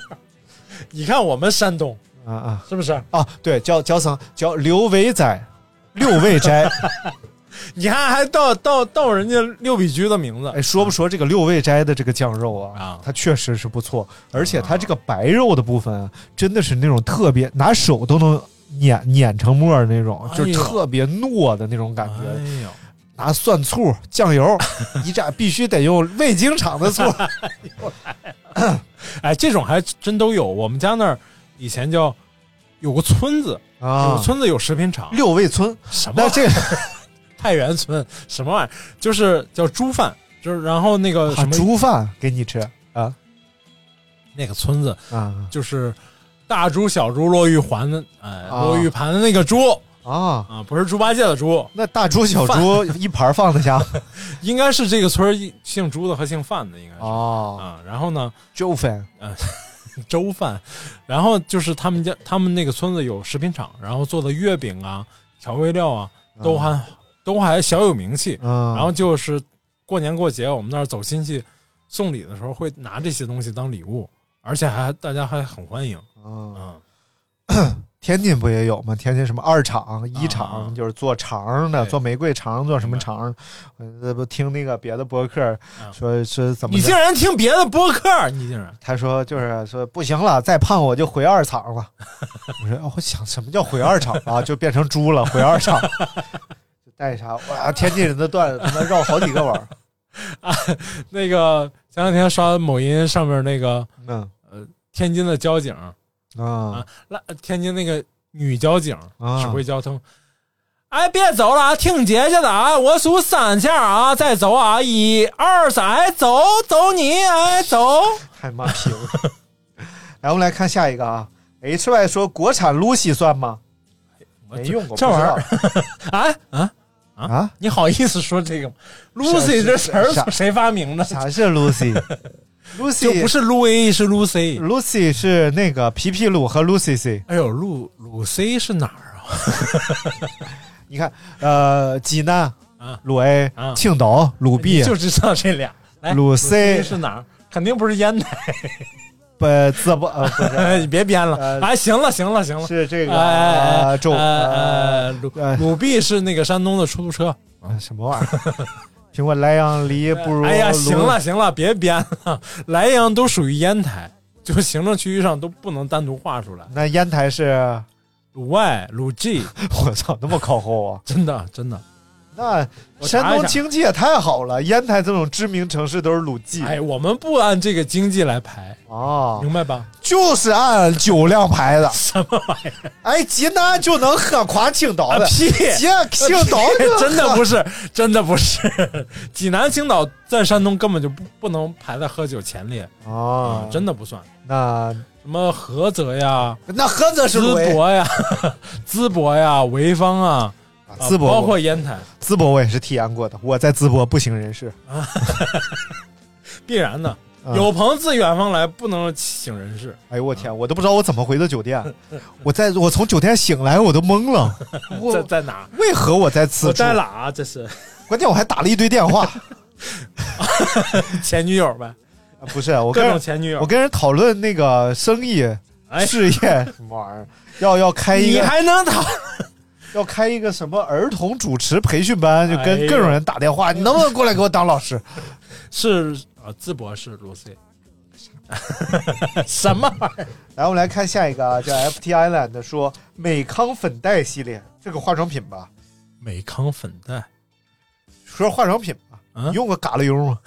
Speaker 7: 你看我们山东
Speaker 6: 啊啊
Speaker 7: 是不是？
Speaker 6: 啊！对，叫叫什么叫刘维
Speaker 7: <laughs>
Speaker 6: 仔，六味斋。
Speaker 7: 你看还盗盗盗人家六必居的名字
Speaker 6: 哎，，说不说这个六味斋的这个酱肉啊？
Speaker 7: 啊
Speaker 6: 它确实是不错，而且它这个白肉的部分啊，真的是那种特别拿手都能碾碾成沫儿那种，
Speaker 7: 哎
Speaker 6: 就
Speaker 7: 呦
Speaker 6: 是特别糯的那种感觉。
Speaker 7: 哎呦，
Speaker 6: 拿蒜醋、酱
Speaker 7: <laughs>
Speaker 6: 油一炸，必须得用味精厂的醋。
Speaker 7: 哎，这种还真都有。我们家那儿以前叫有个村子，有
Speaker 6: 啊
Speaker 7: 个，村子有食品厂，
Speaker 6: 六味村，
Speaker 7: 什么
Speaker 6: 那这个
Speaker 7: 太原村什么玩意儿，就是叫猪饭，就是然后那个
Speaker 6: 啊
Speaker 7: 什么、
Speaker 6: 猪饭给你吃啊
Speaker 7: 那个村子
Speaker 6: 啊
Speaker 7: 就是大猪小猪落玉环的，哎，
Speaker 6: 啊
Speaker 7: 落玉盘的那个猪
Speaker 6: 啊！
Speaker 7: 啊，不是猪八戒的猪，
Speaker 6: 那大猪小猪一盘放得下
Speaker 7: <laughs> 应该是这个村儿姓朱的和姓范的应该是、
Speaker 6: 哦，
Speaker 7: 啊。然后呢，
Speaker 6: 粥粉
Speaker 7: 粥饭，然后就是他们家他们那个村子有食品厂，然后做的月饼啊、调味料啊，都还、都还小有名气。
Speaker 6: 嗯，
Speaker 7: 然后就是过年过节，我们那儿走亲戚送礼的时候，会拿这些东西当礼物，而且还大家还很欢迎。
Speaker 6: 嗯。
Speaker 7: 嗯，
Speaker 6: 天津不也有吗？天津什么二厂、一
Speaker 7: 啊
Speaker 6: 厂，
Speaker 7: 啊
Speaker 6: 就是做肠的，
Speaker 7: 对
Speaker 6: 做玫瑰肠，做什么肠？呃，不听那个别的播客
Speaker 7: 啊
Speaker 6: 说是怎么
Speaker 7: 你
Speaker 6: 着？
Speaker 7: 竟然听别的播客，你竟然
Speaker 6: 他说就是说不行了，再胖我就回二厂了。我说哦我想什么叫回二厂啊？就变成猪了，回二厂。 <laughs> 就带啥？哇，天津人的段子他妈绕好几个弯儿。
Speaker 7: 那个前两天刷某音上面那个
Speaker 6: 嗯
Speaker 7: 天津的交警，
Speaker 6: 啊
Speaker 7: 啊那天津那个女交警
Speaker 6: 啊
Speaker 7: 指挥交通。哎，别走了啊！听姐姐的啊！我数三下啊，再走啊！一、二、三，哎走走你，哎走！
Speaker 6: 太妈批了。 <laughs> 来，我们来看下一个啊。H Y 说国产 Lucy 算吗？没用过，
Speaker 7: 哎这玩意儿
Speaker 6: 不知
Speaker 7: 哎啊！
Speaker 6: 道啊。
Speaker 7: 你好意思说这个吗？Lucy
Speaker 6: 是
Speaker 7: 这词儿
Speaker 6: 是
Speaker 7: 谁发明的？
Speaker 6: 啥是
Speaker 7: <laughs>
Speaker 6: Lucy？Lucy
Speaker 7: 就
Speaker 6: 是
Speaker 7: 不是 Louis 是 Lucy。
Speaker 6: Lucy 是那个皮皮鲁和 Lucy C。
Speaker 7: 哎呦，露露 C 是哪儿啊？
Speaker 6: 你看，呃，济南
Speaker 7: 啊、
Speaker 6: 鲁 A
Speaker 7: 啊、
Speaker 6: 青岛、鲁 B
Speaker 7: 你就知道这俩。来，
Speaker 6: 鲁
Speaker 7: C
Speaker 6: C
Speaker 7: 是哪儿？肯定不是烟台。
Speaker 6: 不自不呃不是
Speaker 7: 你 <laughs> 别编了
Speaker 6: 呃，
Speaker 7: 哎，行了，行了，行了，
Speaker 6: 是这个
Speaker 7: 哎
Speaker 6: 啊
Speaker 7: 哎
Speaker 6: 重
Speaker 7: 哎哎，鲁
Speaker 6: 呃
Speaker 7: 鲁碧是那个山东的出租车。
Speaker 6: 呃 <laughs> 什么玩意
Speaker 7: <laughs>
Speaker 6: 儿？苹果莱阳梨不如
Speaker 7: 哎呀，
Speaker 6: 卢
Speaker 7: 哎行了，行了，别编了，莱阳都属于烟台，就是行政区域上都不能单独划出来。
Speaker 6: 那烟台是， <laughs>
Speaker 7: 鲁外、鲁 G，
Speaker 6: 我操，那么靠后啊！
Speaker 7: 真的真的，
Speaker 6: 那
Speaker 7: 我查
Speaker 6: 山
Speaker 7: 一下
Speaker 6: 东经济也太好了，烟台这种知名城市都是鲁记
Speaker 7: 哎，我们不按这个经济来排，
Speaker 6: 啊，
Speaker 7: 明白吧？
Speaker 6: 就是按酒量排的。
Speaker 7: 哦什么玩意
Speaker 6: 哎，济南就能喝垮青岛
Speaker 7: 儿？
Speaker 6: 的，
Speaker 7: 啊屁！
Speaker 6: 济啊 <laughs> 青
Speaker 7: <laughs>
Speaker 6: 岛就
Speaker 7: 真的
Speaker 6: <laughs>
Speaker 7: 不是，真的不是。济南、青岛在山东根本就不不能排在喝酒前列啊、
Speaker 6: 啊，
Speaker 7: 真的不算。
Speaker 6: 那
Speaker 7: 什么菏泽呀、
Speaker 6: 那菏泽是
Speaker 7: 淄
Speaker 6: 鲁，
Speaker 7: 博呀、 <laughs> 淄博呀、潍坊啊，啊
Speaker 6: 淄博
Speaker 7: 包括烟台，
Speaker 6: 淄博我也是体验过的，我在淄博不省人事。
Speaker 7: 必然的。
Speaker 6: 嗯
Speaker 7: 有朋自远方来，不能请人事。
Speaker 6: 哎呦我
Speaker 7: 啊
Speaker 6: 天，我都不知道我怎么回的酒店，我在我从酒店醒来我都懵了，
Speaker 7: 在
Speaker 6: 我
Speaker 7: 在哪儿？
Speaker 6: 为何我在此
Speaker 7: 我
Speaker 6: 处
Speaker 7: 在？哪儿啊？这是 <laughs>
Speaker 6: 关键我还打了一堆电话，
Speaker 7: 前女友呗，
Speaker 6: 啊不是我
Speaker 7: 各
Speaker 6: 跟
Speaker 7: 种
Speaker 6: 人
Speaker 7: 前女
Speaker 6: 我
Speaker 7: 友。
Speaker 6: 跟人讨论那个生意、
Speaker 7: 哎，
Speaker 6: 事业什么玩意儿，要要开一
Speaker 7: 你
Speaker 6: 个
Speaker 7: 还能讨？
Speaker 6: 要开一个什么儿童主持培训班，就
Speaker 7: 哎
Speaker 6: 跟
Speaker 7: 呦
Speaker 6: 各种人打电话，你能不能过来给我当老 <laughs> 师？
Speaker 7: <laughs> 是啊，淄博是鲁 C。什么玩意儿？
Speaker 6: 来，我们来看下一个啊，叫 FT Island 说美康粉黛系列，这个化妆品吧，
Speaker 7: 美康粉黛
Speaker 6: 说化妆品吧，
Speaker 7: 嗯
Speaker 6: 你用过嘎啦优吗？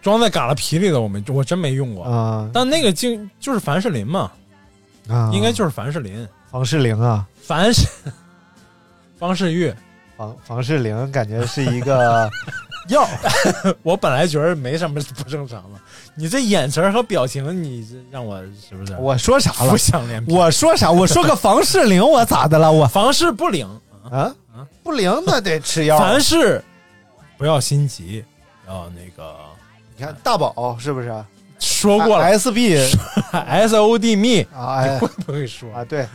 Speaker 7: 装在嘎啦皮里的，我没，我真没用过。
Speaker 6: 啊
Speaker 7: 但那个竟就是凡士林嘛，
Speaker 6: 啊
Speaker 7: 应该就是凡士林，
Speaker 6: 房士林啊，
Speaker 7: 凡士方世玉。
Speaker 6: 房房士林感觉是一个药，
Speaker 7: 我本来觉得没什么不正常的，你这眼神和表情，你这让我是不是？
Speaker 6: <laughs> 我说啥了
Speaker 7: 浮？想联翩。
Speaker 6: 我说啥？我说个房士林，我咋的了？我
Speaker 7: 房事不灵，
Speaker 6: <laughs> 啊不灵那得吃药。
Speaker 7: 凡事不要心急，要那个
Speaker 6: 你看大宝是不啊是？
Speaker 7: 说过了
Speaker 6: SB
Speaker 7: <laughs> ，S O D me，
Speaker 6: 啊 <laughs> 哎
Speaker 7: 会不会说？
Speaker 6: 啊 <laughs> 对，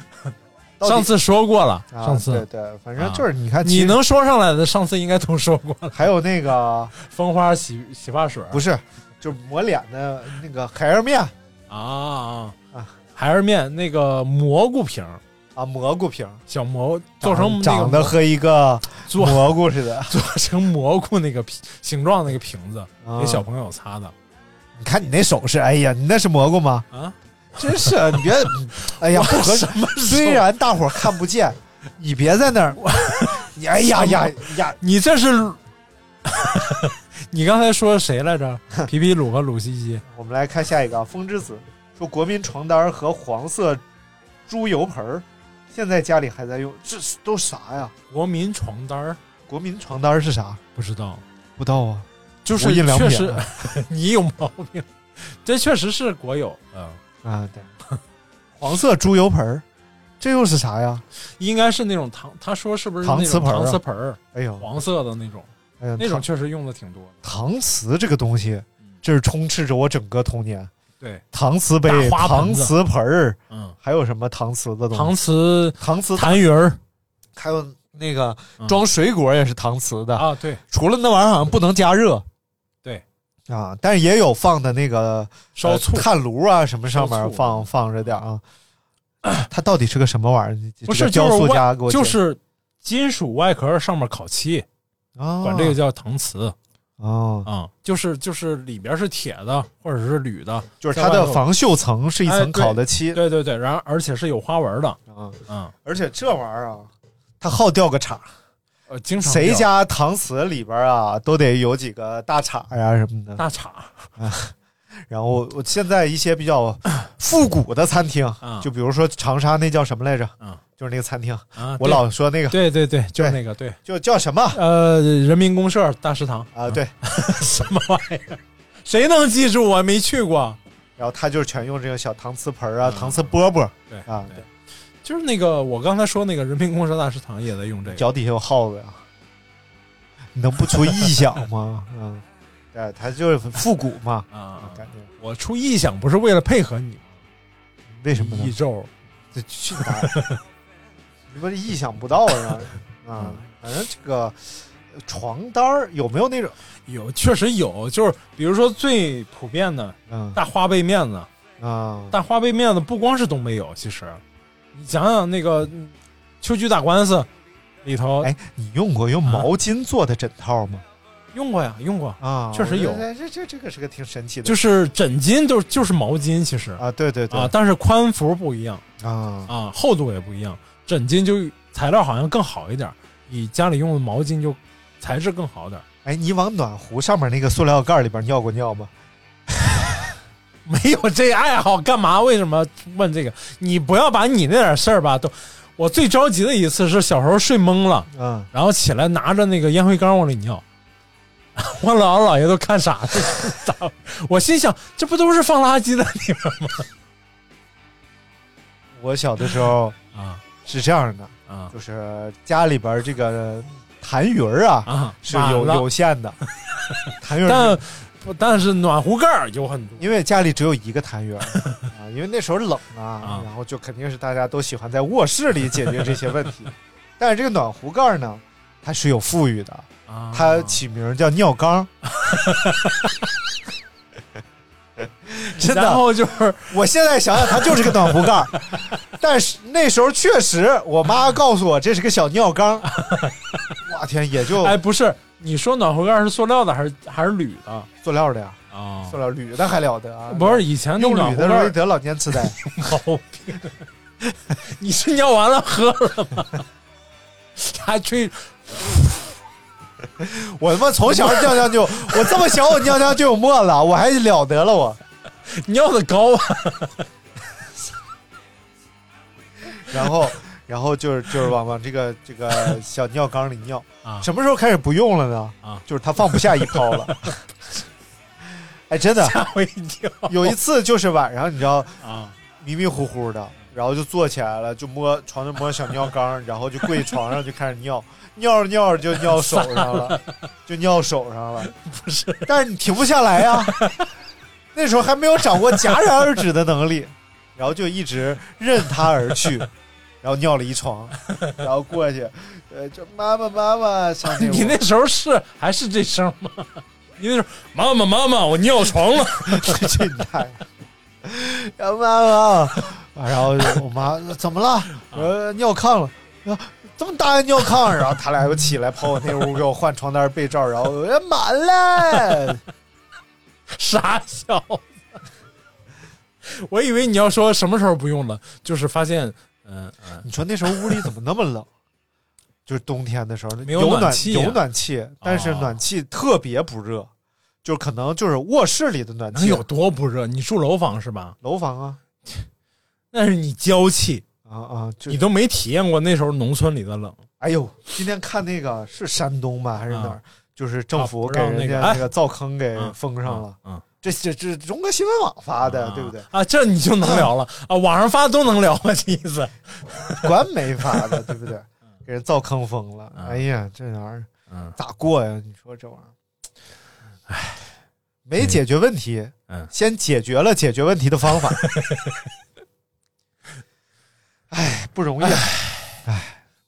Speaker 6: 到底
Speaker 7: 上次说过了，
Speaker 6: 啊
Speaker 7: 上
Speaker 6: 对
Speaker 7: 次
Speaker 6: 对，反正就是你看，其
Speaker 7: 你
Speaker 6: 实
Speaker 7: 能说上来的，上次应该都说
Speaker 6: <laughs>
Speaker 7: 过了。
Speaker 6: 还有那个
Speaker 7: 蜂花洗洗发水
Speaker 6: <laughs> 不是，就是抹脸的那个海尔面
Speaker 7: 啊
Speaker 6: 啊
Speaker 7: 啊，海尔面那个蘑菇瓶，
Speaker 6: 啊，蘑菇瓶
Speaker 7: 小蘑做成那
Speaker 6: 长
Speaker 7: 个
Speaker 6: 得和一个
Speaker 7: 做
Speaker 6: 蘑菇似的。
Speaker 7: 做成蘑菇那个瓶形状那个瓶子，
Speaker 6: 啊
Speaker 7: 给小朋友擦的
Speaker 6: <laughs> 你看你那手势，哎呀，你那是蘑菇吗？
Speaker 7: 啊。
Speaker 6: 真是，你 <laughs> 别，哎呀，不合适。虽然大伙儿看不见，你别在那儿，你哎呀呀呀，
Speaker 7: 你这是， <laughs> 你刚才说谁
Speaker 6: <laughs>
Speaker 7: 来着？皮皮鲁和鲁西西。
Speaker 6: 我们来看下一个啊，风之子说国民床单和黄色猪油盆儿，现在家里还在用，这是都啥呀？
Speaker 7: 国民床单儿
Speaker 6: 国民床单是啥？
Speaker 7: 不知道， <laughs>
Speaker 6: 不知道啊，
Speaker 7: 就
Speaker 6: 无
Speaker 7: 是
Speaker 6: 印啊良
Speaker 7: 确
Speaker 6: 品
Speaker 7: 实你有毛病，这确实是国有，嗯，
Speaker 6: 啊，对， <laughs> 黄色猪油盆儿，这又是啥呀？
Speaker 7: 应该是那种搪，他说是不是
Speaker 6: 搪
Speaker 7: 那
Speaker 6: 瓷
Speaker 7: 种
Speaker 6: 盆儿啊
Speaker 7: 搪瓷盆儿，
Speaker 6: 哎呦，
Speaker 7: 黄色的那种，
Speaker 6: 哎呦，
Speaker 7: 那种确嗯实用的挺多的。
Speaker 6: 搪搪瓷这个东西，这是充斥着我整个童年。
Speaker 7: 对，
Speaker 6: 搪瓷杯、
Speaker 7: 大花
Speaker 6: 搪
Speaker 7: 盆子
Speaker 6: 瓷盆儿，
Speaker 7: 嗯，
Speaker 6: 还有什么搪瓷的东西？
Speaker 7: 搪瓷
Speaker 6: 搪瓷，
Speaker 7: 痰盂儿
Speaker 6: 还有那个
Speaker 7: 嗯
Speaker 6: 装水果也是搪瓷的。
Speaker 7: 啊，对，
Speaker 6: 除了那玩意儿好像不能加热。
Speaker 7: 对
Speaker 6: 啊，但是也有放的那个
Speaker 7: 烧醋
Speaker 6: 呃炭炉啊什么上
Speaker 7: 烧
Speaker 6: 面
Speaker 7: 醋
Speaker 6: 放放着点儿啊。它到底是个什么玩意儿？
Speaker 7: 不
Speaker 6: 这
Speaker 7: 是
Speaker 6: 个雕
Speaker 7: 就是
Speaker 6: 塑
Speaker 7: 外
Speaker 6: 家给我
Speaker 7: 就是金属外壳上面烤漆，
Speaker 6: 啊，
Speaker 7: 管这个叫搪瓷。
Speaker 6: 哦，
Speaker 7: 啊、就是就是里边是铁的或者是铝的，
Speaker 6: 就是它
Speaker 7: 在外
Speaker 6: 的
Speaker 7: 头
Speaker 6: 防锈层是一
Speaker 7: 哎
Speaker 6: 层
Speaker 7: 对
Speaker 6: 烤的漆
Speaker 7: 对对对，然后而且是有花纹的，
Speaker 6: 啊，
Speaker 7: 嗯，
Speaker 6: 而且这玩意儿啊，它好掉个茬。
Speaker 7: 呃，经常
Speaker 6: 谁
Speaker 7: 掉
Speaker 6: 家搪瓷里边啊，都得有几个大茬呀、什么 <laughs> 的。
Speaker 7: 大啊叉
Speaker 6: 然后我我现在一些比 <laughs> 较复古的餐厅，
Speaker 7: 嗯
Speaker 6: 就比如说长沙那叫什么来着？
Speaker 7: 嗯
Speaker 6: 就是那个餐厅，
Speaker 7: 啊？
Speaker 6: 我
Speaker 7: 对
Speaker 6: 老说那个
Speaker 7: 对对对，就是那个对，
Speaker 6: 就叫什么
Speaker 7: 呃，人民公社大食堂 <laughs>
Speaker 6: 啊？，对，
Speaker 7: 什么玩意儿？谁能记住我没去过？
Speaker 6: 然后他就是全用这个小搪瓷盆儿啊、
Speaker 7: 嗯
Speaker 6: 搪瓷饽饽，
Speaker 7: 对
Speaker 6: 啊
Speaker 7: 对，就是那个我刚才说那个人民公社大食堂也在用这个，
Speaker 6: 脚底下有耗子呀， <laughs> 你能不出异响吗？ <laughs> 嗯，对，他就是复古嘛，
Speaker 7: 啊，
Speaker 6: 感觉
Speaker 7: 我出异响不是为了配合你，
Speaker 6: 为什么
Speaker 7: 异
Speaker 6: 呢？
Speaker 7: 咒
Speaker 6: 这去 <laughs> 哪儿？你不是意想不到啊？啊，反正这个床单儿有没有那种？
Speaker 7: 有确实有，就是比如说最普遍的
Speaker 6: 嗯
Speaker 7: 大花被面子，
Speaker 6: 啊，
Speaker 7: 大花被面子不光是东北有，其实你想想那个嗯秋菊打官司里头
Speaker 6: 哎，你用过用毛巾做的枕套吗？
Speaker 7: 用过呀，用过，
Speaker 6: 啊，
Speaker 7: 确实有
Speaker 6: 我觉得这这这个是个挺神奇的，
Speaker 7: 就是枕巾就是就是毛巾，其实
Speaker 6: 啊，对对对
Speaker 7: 啊，但是宽幅不一样
Speaker 6: 啊
Speaker 7: 啊，厚度也不一样，枕巾就材料好像更好一点，比家里用的毛巾就材质更好点。
Speaker 6: 哎，你往暖壶上面那个塑料盖里边尿过尿吗？
Speaker 7: <laughs> 没有这爱好干嘛？为什么问这个？你不要把你那点事儿吧都。我最着急的一次是小时候睡懵了，
Speaker 6: 啊，
Speaker 7: 然后起来拿着那个烟灰缸往里尿， <laughs> 我姥姥姥爷都看傻了。 <laughs> 咋回事我心想，这不都是放垃圾的地方
Speaker 6: 我小的时候
Speaker 7: 啊
Speaker 6: 是这样的，
Speaker 7: 啊
Speaker 6: 就是家里边这个痰盂儿啊
Speaker 7: 啊！
Speaker 6: 是有
Speaker 7: 晚了
Speaker 6: 有限
Speaker 7: <laughs>
Speaker 6: 的，痰盂儿
Speaker 7: 但不但是暖壶盖儿有很多
Speaker 6: 因为家里只有一个痰
Speaker 7: <laughs>
Speaker 6: 盂儿啊，因为那时候冷啊
Speaker 7: 啊，
Speaker 6: 然后就肯定是大家都喜欢在卧室里解决这些问
Speaker 7: <laughs>
Speaker 6: 题。但是这个暖壶盖儿呢，它是有富裕的，
Speaker 7: 啊，
Speaker 6: 它起名叫尿缸。真
Speaker 7: <laughs> 然
Speaker 6: 的，
Speaker 7: 后就是
Speaker 6: 我现在想想，它就是个暖壶
Speaker 7: <laughs>
Speaker 6: 盖儿。但是那时候确实，我妈告诉我这是个小尿缸。
Speaker 7: <laughs>
Speaker 6: 我天，也就
Speaker 7: 哎，不是你说暖壶盖儿是塑料的还是还是铝的
Speaker 6: 塑料的呀，
Speaker 7: 啊
Speaker 6: 塑？料铝的还了得啊？
Speaker 7: 不是以前那
Speaker 6: 哦用
Speaker 7: 暖
Speaker 6: 铝
Speaker 7: 壶
Speaker 6: 的
Speaker 7: 盖
Speaker 6: 容易
Speaker 7: 儿
Speaker 6: 得老年痴呆。
Speaker 7: 毛病。你是尿完了喝了吗？ <laughs> 还吹
Speaker 6: 我他妈从小尿尿就，我这么小我尿尿就有沫了，我还了得了我。
Speaker 7: 尿的高啊！ <laughs>
Speaker 6: 然后，然后就是就是往往这个这个小尿缸里尿。
Speaker 7: 啊
Speaker 6: 什么时候开始不用了呢？
Speaker 7: 啊
Speaker 6: 就是它放不下一泡了。
Speaker 7: <laughs>
Speaker 6: 哎，真的，
Speaker 7: 吓我一跳
Speaker 6: 有一次就是晚上，你知道
Speaker 7: 啊！
Speaker 6: 迷迷糊糊的，然后就坐起来了，就摸床上摸小尿缸，然后就跪床上就开始尿，尿着尿着就尿手上了，就尿手上了。
Speaker 7: <laughs> 不是，
Speaker 6: 但是你停不下来呀、那时候还没有掌握戛然而止的能力，然后就一直任他而去，然后尿了一床，然后过去，呃，就妈妈妈妈上那屋
Speaker 7: <laughs> 你那时候是还是这声吗？你那时候妈妈妈妈，我尿床了。 <laughs>
Speaker 6: <laughs> 这太，然后妈妈，然后我妈怎么了？我说尿炕了。啊这么大的尿炕，然后他俩又起来跑我那屋给我换床单被罩，然后哎满了，
Speaker 7: 傻小子！我以为你要说什么时候不用了，就是发现，嗯、嗯、
Speaker 6: 你说那时候屋里怎么那么冷？就是冬天的时候，
Speaker 7: 没有
Speaker 6: 有
Speaker 7: 暖气啊啊
Speaker 6: 有暖气，但是暖气特别不热，就可能就是卧室里的暖
Speaker 7: 能
Speaker 6: 气。
Speaker 7: 有多不热？你住楼房是吧？
Speaker 6: 楼房啊
Speaker 7: 那是你娇气，
Speaker 6: 啊啊！就
Speaker 7: 你都没体验过那时候农村里的冷。
Speaker 6: 哎呦，今天看那个是山东吧还是哪儿？就是政府
Speaker 7: 啊啊不
Speaker 6: 给
Speaker 7: 让
Speaker 6: 人
Speaker 7: 那
Speaker 6: 家
Speaker 7: 个哎
Speaker 6: 那个灶坑给
Speaker 7: 嗯
Speaker 6: 封上了。
Speaker 7: 嗯，嗯
Speaker 6: 这这这中国新闻网发的，
Speaker 7: 啊
Speaker 6: 对不对？
Speaker 7: 啊，这你就能聊 <laughs> 了啊，网上发都能聊啊，这意 <laughs> 思。
Speaker 6: 官媒发
Speaker 7: <laughs>
Speaker 6: 的，对不对？给人灶坑封了。
Speaker 7: 嗯
Speaker 6: 哎呀，这玩意儿
Speaker 7: 嗯，
Speaker 6: 咋过呀？你说这玩意儿，哎，没解决问题，
Speaker 7: 嗯
Speaker 6: 先解决了解决问题的方
Speaker 7: <laughs>
Speaker 6: 法。哎，不容易啊！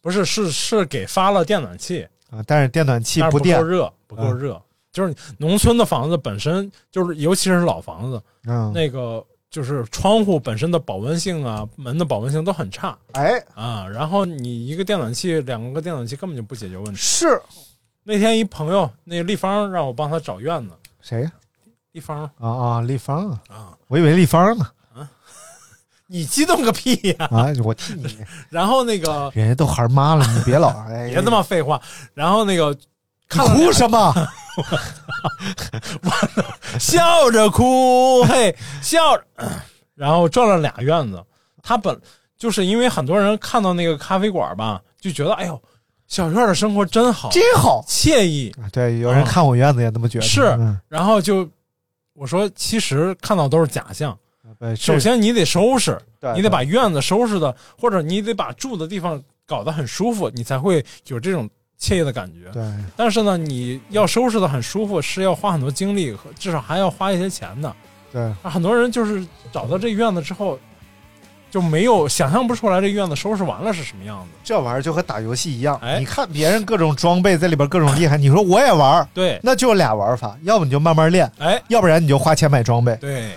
Speaker 7: 不是，是是给发了电暖气，
Speaker 6: 啊但是电暖气
Speaker 7: 但是
Speaker 6: 不
Speaker 7: 不嗯
Speaker 6: 电
Speaker 7: 够，热，不够热。就是农村的房子本身就是，尤其是老房子，
Speaker 6: 嗯，
Speaker 7: 那个就是窗户本身的保温性啊，门的保温性都很差
Speaker 6: 哎，
Speaker 7: 啊。然后你一个电暖气，两个电暖气根本就不解决问题。
Speaker 6: 是
Speaker 7: 那天一朋友，那个立方让我帮他找院子，
Speaker 6: 谁呀？
Speaker 7: 立方
Speaker 6: 啊啊，立方啊，
Speaker 7: 啊，
Speaker 6: 我以为立方呢。
Speaker 7: 你激动个屁呀、
Speaker 6: <laughs> 啊，我替你，
Speaker 7: 然后那个
Speaker 6: 人家都孩妈了，你别 <laughs> 老哎，
Speaker 7: 别他妈废话，然后那个
Speaker 6: 你哭什 <laughs> 么？
Speaker 7: 笑着哭，嘿，笑着， <clears throat> 然后转了俩院子。他本就是因为很多人看到那个咖啡馆吧，就觉得哎呦，小院的生活真好，
Speaker 6: 真好。
Speaker 7: 惬意。
Speaker 6: 啊对，有人看我院子也那么觉得。
Speaker 7: 是
Speaker 6: 嗯
Speaker 7: 然后就我说，其实看到都是假象。
Speaker 6: 对
Speaker 7: 首
Speaker 6: 是
Speaker 7: 先你得收拾，
Speaker 6: 对
Speaker 7: 你得把
Speaker 6: 对
Speaker 7: 院子收拾的，或者你得把住的地方搞得很舒服，你才会有这种惬意的感觉。
Speaker 6: 对
Speaker 7: 但是呢，你要收拾的很舒服，是要花很多精力和至少还要花一些钱的。
Speaker 6: 对
Speaker 7: 啊，很多人就是找到这院子之后，就没有想象不出来这院子收拾完了是什么样子。
Speaker 6: 这玩意儿就和打游戏一样，
Speaker 7: 哎
Speaker 6: 你看别人各种装备在里边各种厉害，你说我也玩儿，
Speaker 7: 对，
Speaker 6: 那就俩玩法，要不你就慢慢练，
Speaker 7: 哎，
Speaker 6: 要不然你就花钱买装备。
Speaker 7: 对，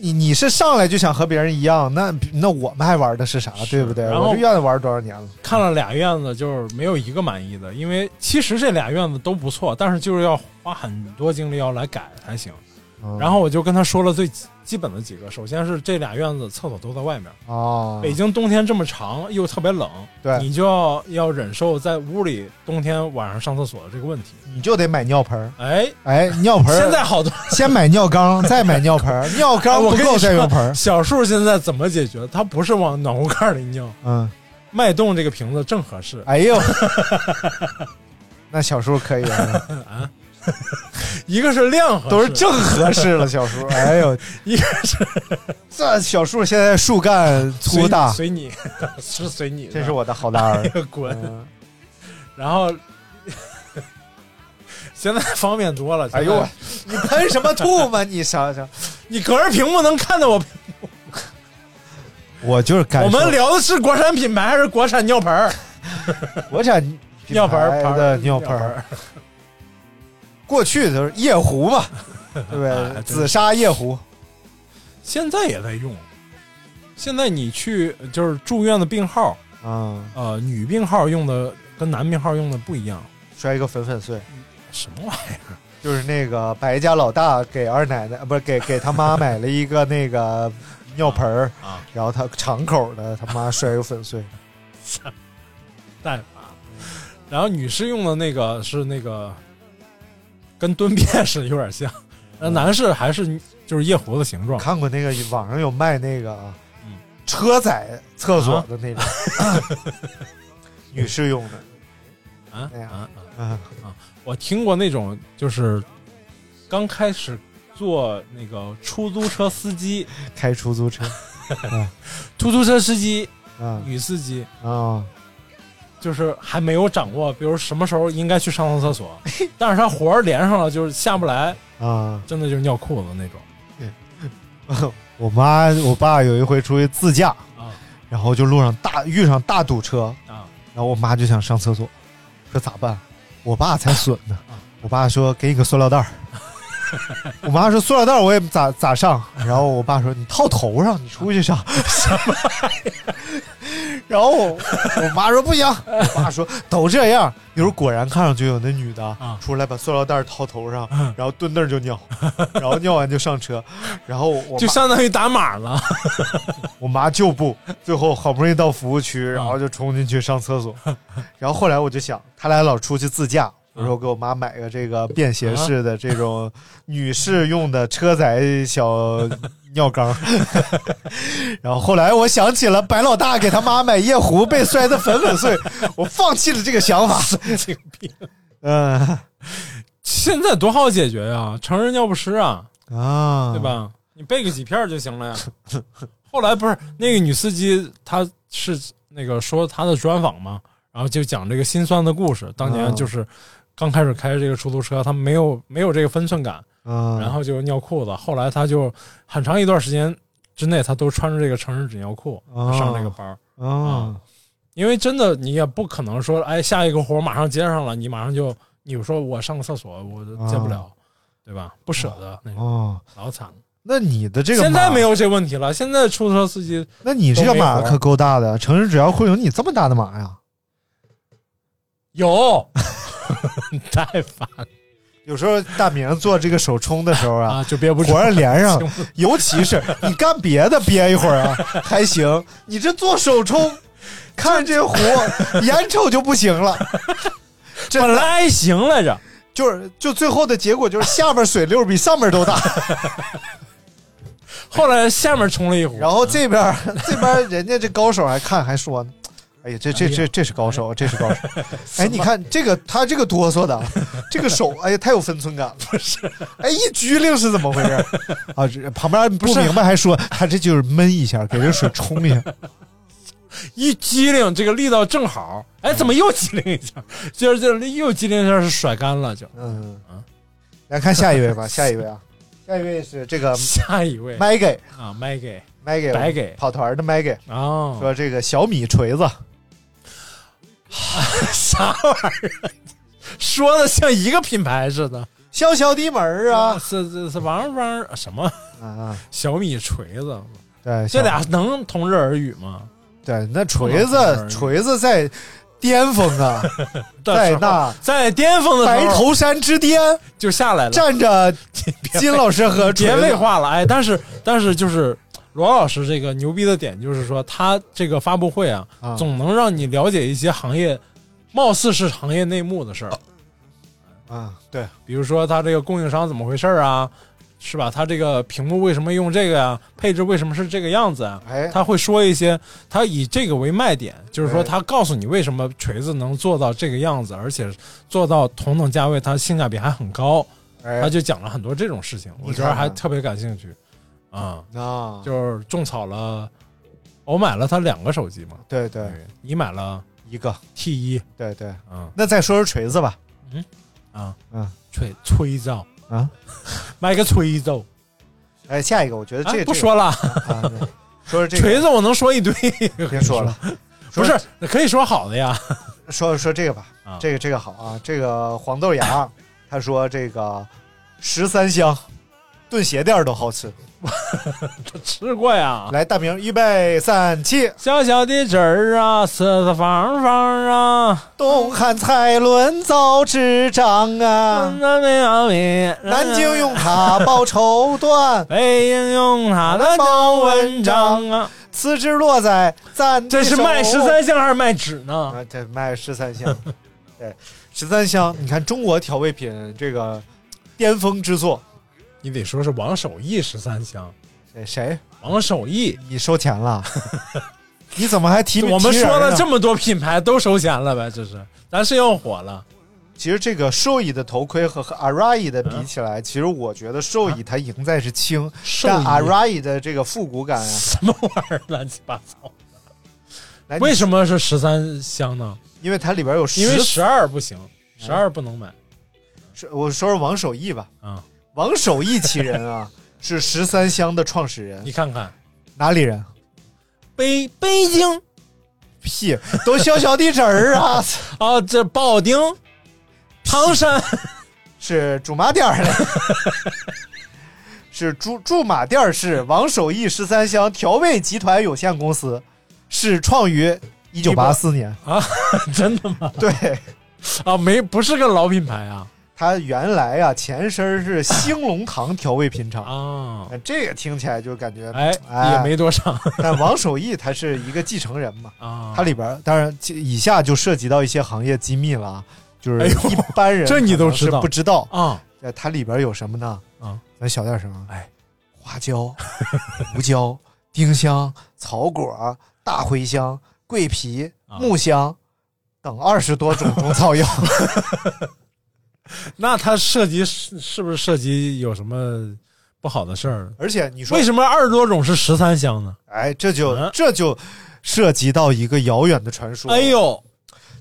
Speaker 6: 你你是上来就想和别人一样，那那我们还玩的是啥，对不对？
Speaker 7: 然后
Speaker 6: 我这院子玩多少年了？
Speaker 7: 看了俩院子，就是没有一个满意的，因为其实这俩院子都不错，但是就是要花很多精力要来改才行。
Speaker 6: 嗯
Speaker 7: 然后我就跟他说了最基基本的几个，首先是这俩院子厕所都在外面，
Speaker 6: 哦，
Speaker 7: 北京冬天这么长又特别冷，
Speaker 6: 对
Speaker 7: 你就要要忍受在屋里冬天晚上上厕所的这个问题。
Speaker 6: 你就得买尿盆儿，
Speaker 7: 哎，
Speaker 6: 哎， <laughs> 尿盆儿
Speaker 7: 现在好多
Speaker 6: 先买尿缸，再买尿盆儿，尿缸
Speaker 7: 我
Speaker 6: 不
Speaker 7: 跟
Speaker 6: 够
Speaker 7: 你
Speaker 6: 再
Speaker 7: 说
Speaker 6: 用盆儿。
Speaker 7: 小树现在怎么解决？他不是往暖壶盖里尿，
Speaker 6: 嗯，
Speaker 7: 脉动这个瓶子正合适，
Speaker 6: 哎呦， <laughs> 那小叔可以 <laughs> 啊，
Speaker 7: 一个是量合适，
Speaker 6: 都是正合适了，小叔。哎呦，
Speaker 7: 一个是
Speaker 6: 这小叔现在树干粗大，
Speaker 7: 随随你 <laughs> 是随你的，
Speaker 6: 这是我的好大儿。
Speaker 7: 滚。
Speaker 6: 嗯
Speaker 7: 然后 <laughs> 现在方便多了。
Speaker 6: 哎呦
Speaker 7: 现
Speaker 6: <laughs>
Speaker 7: 在
Speaker 6: 我，你喷什么吐嘛？你想想，
Speaker 7: 你隔着屏幕能看到我。
Speaker 6: 我就是感
Speaker 7: 我
Speaker 6: 受
Speaker 7: 们聊的是国产品牌还是国产尿盆儿？
Speaker 6: 国产品
Speaker 7: 尿盆
Speaker 6: 牌
Speaker 7: 儿
Speaker 6: 的尿盆
Speaker 7: 盆
Speaker 6: 儿，，过去都是夜壶嘛，对不 <laughs>
Speaker 7: 哎
Speaker 6: 啊对？
Speaker 7: 真是
Speaker 6: 紫砂夜壶，
Speaker 7: 现在也在用。现在你去就是住院的病号，
Speaker 6: 嗯，
Speaker 7: 呃，女病号用的跟男病号用的不一样，
Speaker 6: 摔一个粉粉碎。
Speaker 7: 什么玩意儿？
Speaker 6: 就是那个白家老大给二奶奶，呃不是给给他妈买了一个那个尿盆儿
Speaker 7: 啊，
Speaker 6: 然后他敞口的，他妈摔个粉碎。
Speaker 7: 带法。然后女士用的那个是那个跟蹲便是有点像，那男士还是就是夜壶的形
Speaker 6: 我
Speaker 7: 状。
Speaker 6: 看过那个网上有卖那个啊
Speaker 7: 嗯，
Speaker 6: 车载厕所的那种，啊 <laughs> 女士用的，
Speaker 7: 啊
Speaker 6: 哎呀
Speaker 7: 啊啊！
Speaker 6: 嗯，
Speaker 7: 我听过那种就是刚开始做那个出租车司机，
Speaker 6: 开出租车，
Speaker 7: 出租车司机
Speaker 6: 啊
Speaker 7: 女司机
Speaker 6: 啊，
Speaker 7: 就是还没有掌握，比如什么时候应该去上趟厕所，但是她活儿连上了，就是下不来，
Speaker 6: 啊！ <laughs>
Speaker 7: 真的就是尿裤子那种。
Speaker 6: 我妈我爸有一回出去自驾，
Speaker 7: 啊
Speaker 6: 然后就路上大遇上大堵车，
Speaker 7: 啊
Speaker 6: 然后我妈就想上厕所，说咋办？我爸才损呢，
Speaker 7: 啊
Speaker 6: 我爸说给你个塑料袋儿。我妈说塑料袋儿我也咋咋上，然后我爸说你套头上，你出去上 <laughs> 什么玩意儿？然后我我妈说不行，我爸说都这样。一会儿果然看上去有那女的
Speaker 7: 啊嗯
Speaker 6: 出来把塑料袋儿套头上，然后蹲那儿就
Speaker 7: <laughs>
Speaker 6: 尿，然后尿完就上车，然后我
Speaker 7: 就
Speaker 6: 妈
Speaker 7: 相当于打码了。 <laughs>
Speaker 6: 我妈就不，最后好不容易到服务区，然后就冲进去上
Speaker 7: <laughs>
Speaker 6: 厕所。然后后来我就想，他俩老出去自驾，我说我给我妈买个这个便携式的这种女士用的车载小尿
Speaker 7: <laughs>
Speaker 6: 缸。然后后来我想起了白老大给他妈买夜壶被摔得粉粉
Speaker 7: <laughs>
Speaker 6: 碎，我放弃了这个想法。
Speaker 7: 神经病！
Speaker 6: 嗯
Speaker 7: 现在多好解决呀、成人尿不湿啊，
Speaker 6: 啊，
Speaker 7: 对吧？？你备个几片儿就行了呀。后来不是那个女司机，她是那个说她的专访嘛，然后就讲这个心酸的故事。当
Speaker 6: 啊
Speaker 7: 年就是刚开始开这个出租车，她没有没有这个分寸感，
Speaker 6: 嗯，
Speaker 7: 然后就尿裤子。后来她就很长一段时间之内，她都穿着这个成人纸尿裤
Speaker 6: 哦
Speaker 7: 上这个班儿。
Speaker 6: 嗯
Speaker 7: 因为真的你也不可能说，哎，下一个活儿马上接上了，你马上就你说我上个厕所我就接不了，对吧？不舍得那
Speaker 6: 啊
Speaker 7: 种，
Speaker 6: 哦，
Speaker 7: 老惨了。
Speaker 6: 那你的这个
Speaker 7: 现在
Speaker 6: 马
Speaker 7: 没有这问题了，现在出租车司机
Speaker 6: 那你这个马
Speaker 7: 都没活
Speaker 6: 可够大的，成人只要会有你这么大的马呀？ <laughs>
Speaker 7: 有，太烦
Speaker 6: 有时候大明做这个手冲的时候啊，
Speaker 7: 啊，就憋不住
Speaker 6: 活。儿连上，尤其是你干别的憋一会儿啊 <laughs> 还行，你这做手
Speaker 7: <laughs>
Speaker 6: 冲，看这壶，眼瞅就不行了。这
Speaker 7: <laughs> 本来还行来着，
Speaker 6: 就是就最后的结果就是下边水流比上边都大，
Speaker 7: 后来下面冲了一
Speaker 6: <laughs>
Speaker 7: 壶，
Speaker 6: 然后这边这边人家这高手还看还说呢。哎呀，这这这这是高手，这是高 <laughs> 手！哎，你看这个，他这个哆嗦 <laughs> 的，啊这个手，哎呀，太有分寸感了。不是，哎，一拘灵是怎么回 <laughs> 事？啊，这旁边不明白还说他这就是闷一下，给这水冲 <laughs> 一下。
Speaker 7: 一机灵，这个力道正好，哎，怎么又机灵一下？ <laughs> 就是这又机灵一下是甩干了就。
Speaker 6: 嗯 <laughs> 嗯，来看下一位吧，下一位啊，下一位是这个
Speaker 7: 下一位
Speaker 6: Maggie
Speaker 7: 啊，Maggie
Speaker 6: Maggie 嗯
Speaker 7: 白给
Speaker 6: 跑团的 Maggie
Speaker 7: 啊，
Speaker 6: 说这个小米锤子，
Speaker 7: 啥玩意儿？ <laughs> 说的像一个品牌似的，
Speaker 6: 小小的门儿啊
Speaker 7: 是是是王王什么
Speaker 6: 啊啊，
Speaker 7: 小米锤子，
Speaker 6: 对，小
Speaker 7: 这俩能同日而语吗？
Speaker 6: 对那锤
Speaker 7: 不能
Speaker 6: 子
Speaker 7: 不是
Speaker 6: 锤子在巅峰
Speaker 7: <laughs>
Speaker 6: 啊，
Speaker 7: 的
Speaker 6: 在
Speaker 7: 时候
Speaker 6: 那
Speaker 7: 在巅峰的
Speaker 6: 白
Speaker 7: 时候
Speaker 6: 头山之巅
Speaker 7: 就下来了，
Speaker 6: 站着
Speaker 7: <laughs> 别
Speaker 6: 金老师和锤
Speaker 7: 别
Speaker 6: 子
Speaker 7: 废话了，哎，但是但是就是罗老师这个牛逼的点就是说，他这个发布会啊，
Speaker 6: 啊
Speaker 7: 总能让你了解一些行业，貌似是行业内幕的事儿，
Speaker 6: 啊，对，
Speaker 7: 比如说他这个供应商怎么回事儿啊，是吧？他这个屏幕为什么用这个呀、配置为什么是这个样子啊？
Speaker 6: 哎，
Speaker 7: 他会说一些，他以这个为卖点，就是说
Speaker 6: 哎
Speaker 7: 他告诉你为什么锤子能做到这个样子，而且做到同等价位，它性价比还很高。他
Speaker 6: 哎
Speaker 7: 就讲了很多这种事情，我觉得还特别感兴趣啊、
Speaker 6: 啊，
Speaker 7: 就是种草了。我买了他两个手机嘛，
Speaker 6: 对对，
Speaker 7: 你买了
Speaker 6: 一个，
Speaker 7: T 一，
Speaker 6: 对对，
Speaker 7: 嗯
Speaker 6: 那再说说锤子吧，
Speaker 7: 啊
Speaker 6: 嗯
Speaker 7: 锤锤子
Speaker 6: 啊，
Speaker 7: 买个锤子，
Speaker 6: 哎，下一个，我觉得这
Speaker 7: 哎
Speaker 6: 个
Speaker 7: 不说了，
Speaker 6: 啊，对说说这
Speaker 7: 锤
Speaker 6: 个，
Speaker 7: 子我能说一堆，
Speaker 6: 别说了，
Speaker 7: <laughs> 不
Speaker 6: 说
Speaker 7: 是可以说好的呀，
Speaker 6: 说说这个吧
Speaker 7: 啊，
Speaker 6: 这个这个好啊，这个黄豆
Speaker 7: <laughs>
Speaker 6: 芽，他说这个十三香炖鞋垫儿都好吃。
Speaker 7: <laughs> 吃过呀。
Speaker 6: 来，大明，预备，三起！
Speaker 7: 小小的纸儿啊，四四方方啊，
Speaker 6: 东汉蔡伦造纸张啊，
Speaker 7: 那没有米。
Speaker 6: 南京用它报绸缎，
Speaker 7: 北京用它的高文章啊，
Speaker 6: 此纸落在咱的
Speaker 7: 这是
Speaker 6: 手
Speaker 7: 卖十三香还是卖纸呢？
Speaker 6: 啊，对，卖十三香， <laughs> 对，十三香，你看中国调味品这个巅峰之作，
Speaker 7: 你得说是王守义十三香，
Speaker 6: 谁哎谁
Speaker 7: 王守义。
Speaker 6: 你收钱了？ <laughs> 你怎么还提
Speaker 7: 我们
Speaker 6: 提人啊
Speaker 7: 说了
Speaker 6: 呢
Speaker 7: 这么多品牌都收钱了呗，这是，咱是要火了。
Speaker 6: 其实这个兽医的头盔和和 Arai 的比起
Speaker 7: <laughs>
Speaker 6: 来，其实我觉得兽医它赢在是轻，
Speaker 7: 兽
Speaker 6: 但
Speaker 7: 医
Speaker 6: Arai 的这个复古感啊，
Speaker 7: <laughs> 什么玩意儿，乱七八糟。
Speaker 6: 来
Speaker 7: 为什么是十三香呢？
Speaker 6: 因为它里边有十
Speaker 7: 因为十二不行，十二不能买。
Speaker 6: 是我说说王守义吧，
Speaker 7: 嗯，
Speaker 6: 王守义其人啊，是十三香的创始人
Speaker 7: 你，看看
Speaker 6: 哪里人？
Speaker 7: 北北京
Speaker 6: 屁，都小小的人儿啊， <laughs>
Speaker 7: 啊，这保定、唐 <laughs> 山，
Speaker 6: 是驻马店儿的， <laughs> 是驻驻马店儿市王守义十三香调味集团有限公司，是创于一九八四年，
Speaker 7: 真的吗？
Speaker 6: 对。
Speaker 7: 啊，没不是个老品牌啊
Speaker 6: 它原来啊，前身是兴隆堂调味品厂，
Speaker 7: 啊，
Speaker 6: 那这个听起来就感觉，
Speaker 7: 哎，也没多少
Speaker 6: 但王守义他是一个继承人嘛，
Speaker 7: 啊。
Speaker 6: 它里边儿当然以下就涉及到一些行业机密了，啊，就是
Speaker 7: 哎呦
Speaker 6: 一般人
Speaker 7: 这你都
Speaker 6: 可能是
Speaker 7: 知道
Speaker 6: 不知道？
Speaker 7: 啊，
Speaker 6: 呃它里边有什么呢？
Speaker 7: 啊，
Speaker 6: 咱小点声啊，
Speaker 7: 哎，
Speaker 6: 花椒、胡椒、 <laughs> 丁香、草果、大茴香、桂皮、
Speaker 7: 啊
Speaker 6: 木香等二十多种中草药。 <laughs>
Speaker 7: 那它涉及是是不是涉及有什么不好的事儿？
Speaker 6: 而且你说
Speaker 7: 为，什么二十多种是十三香呢？
Speaker 6: 哎，这就
Speaker 7: 嗯
Speaker 6: 这就涉及到一个遥远的传说。
Speaker 7: 哎，呦，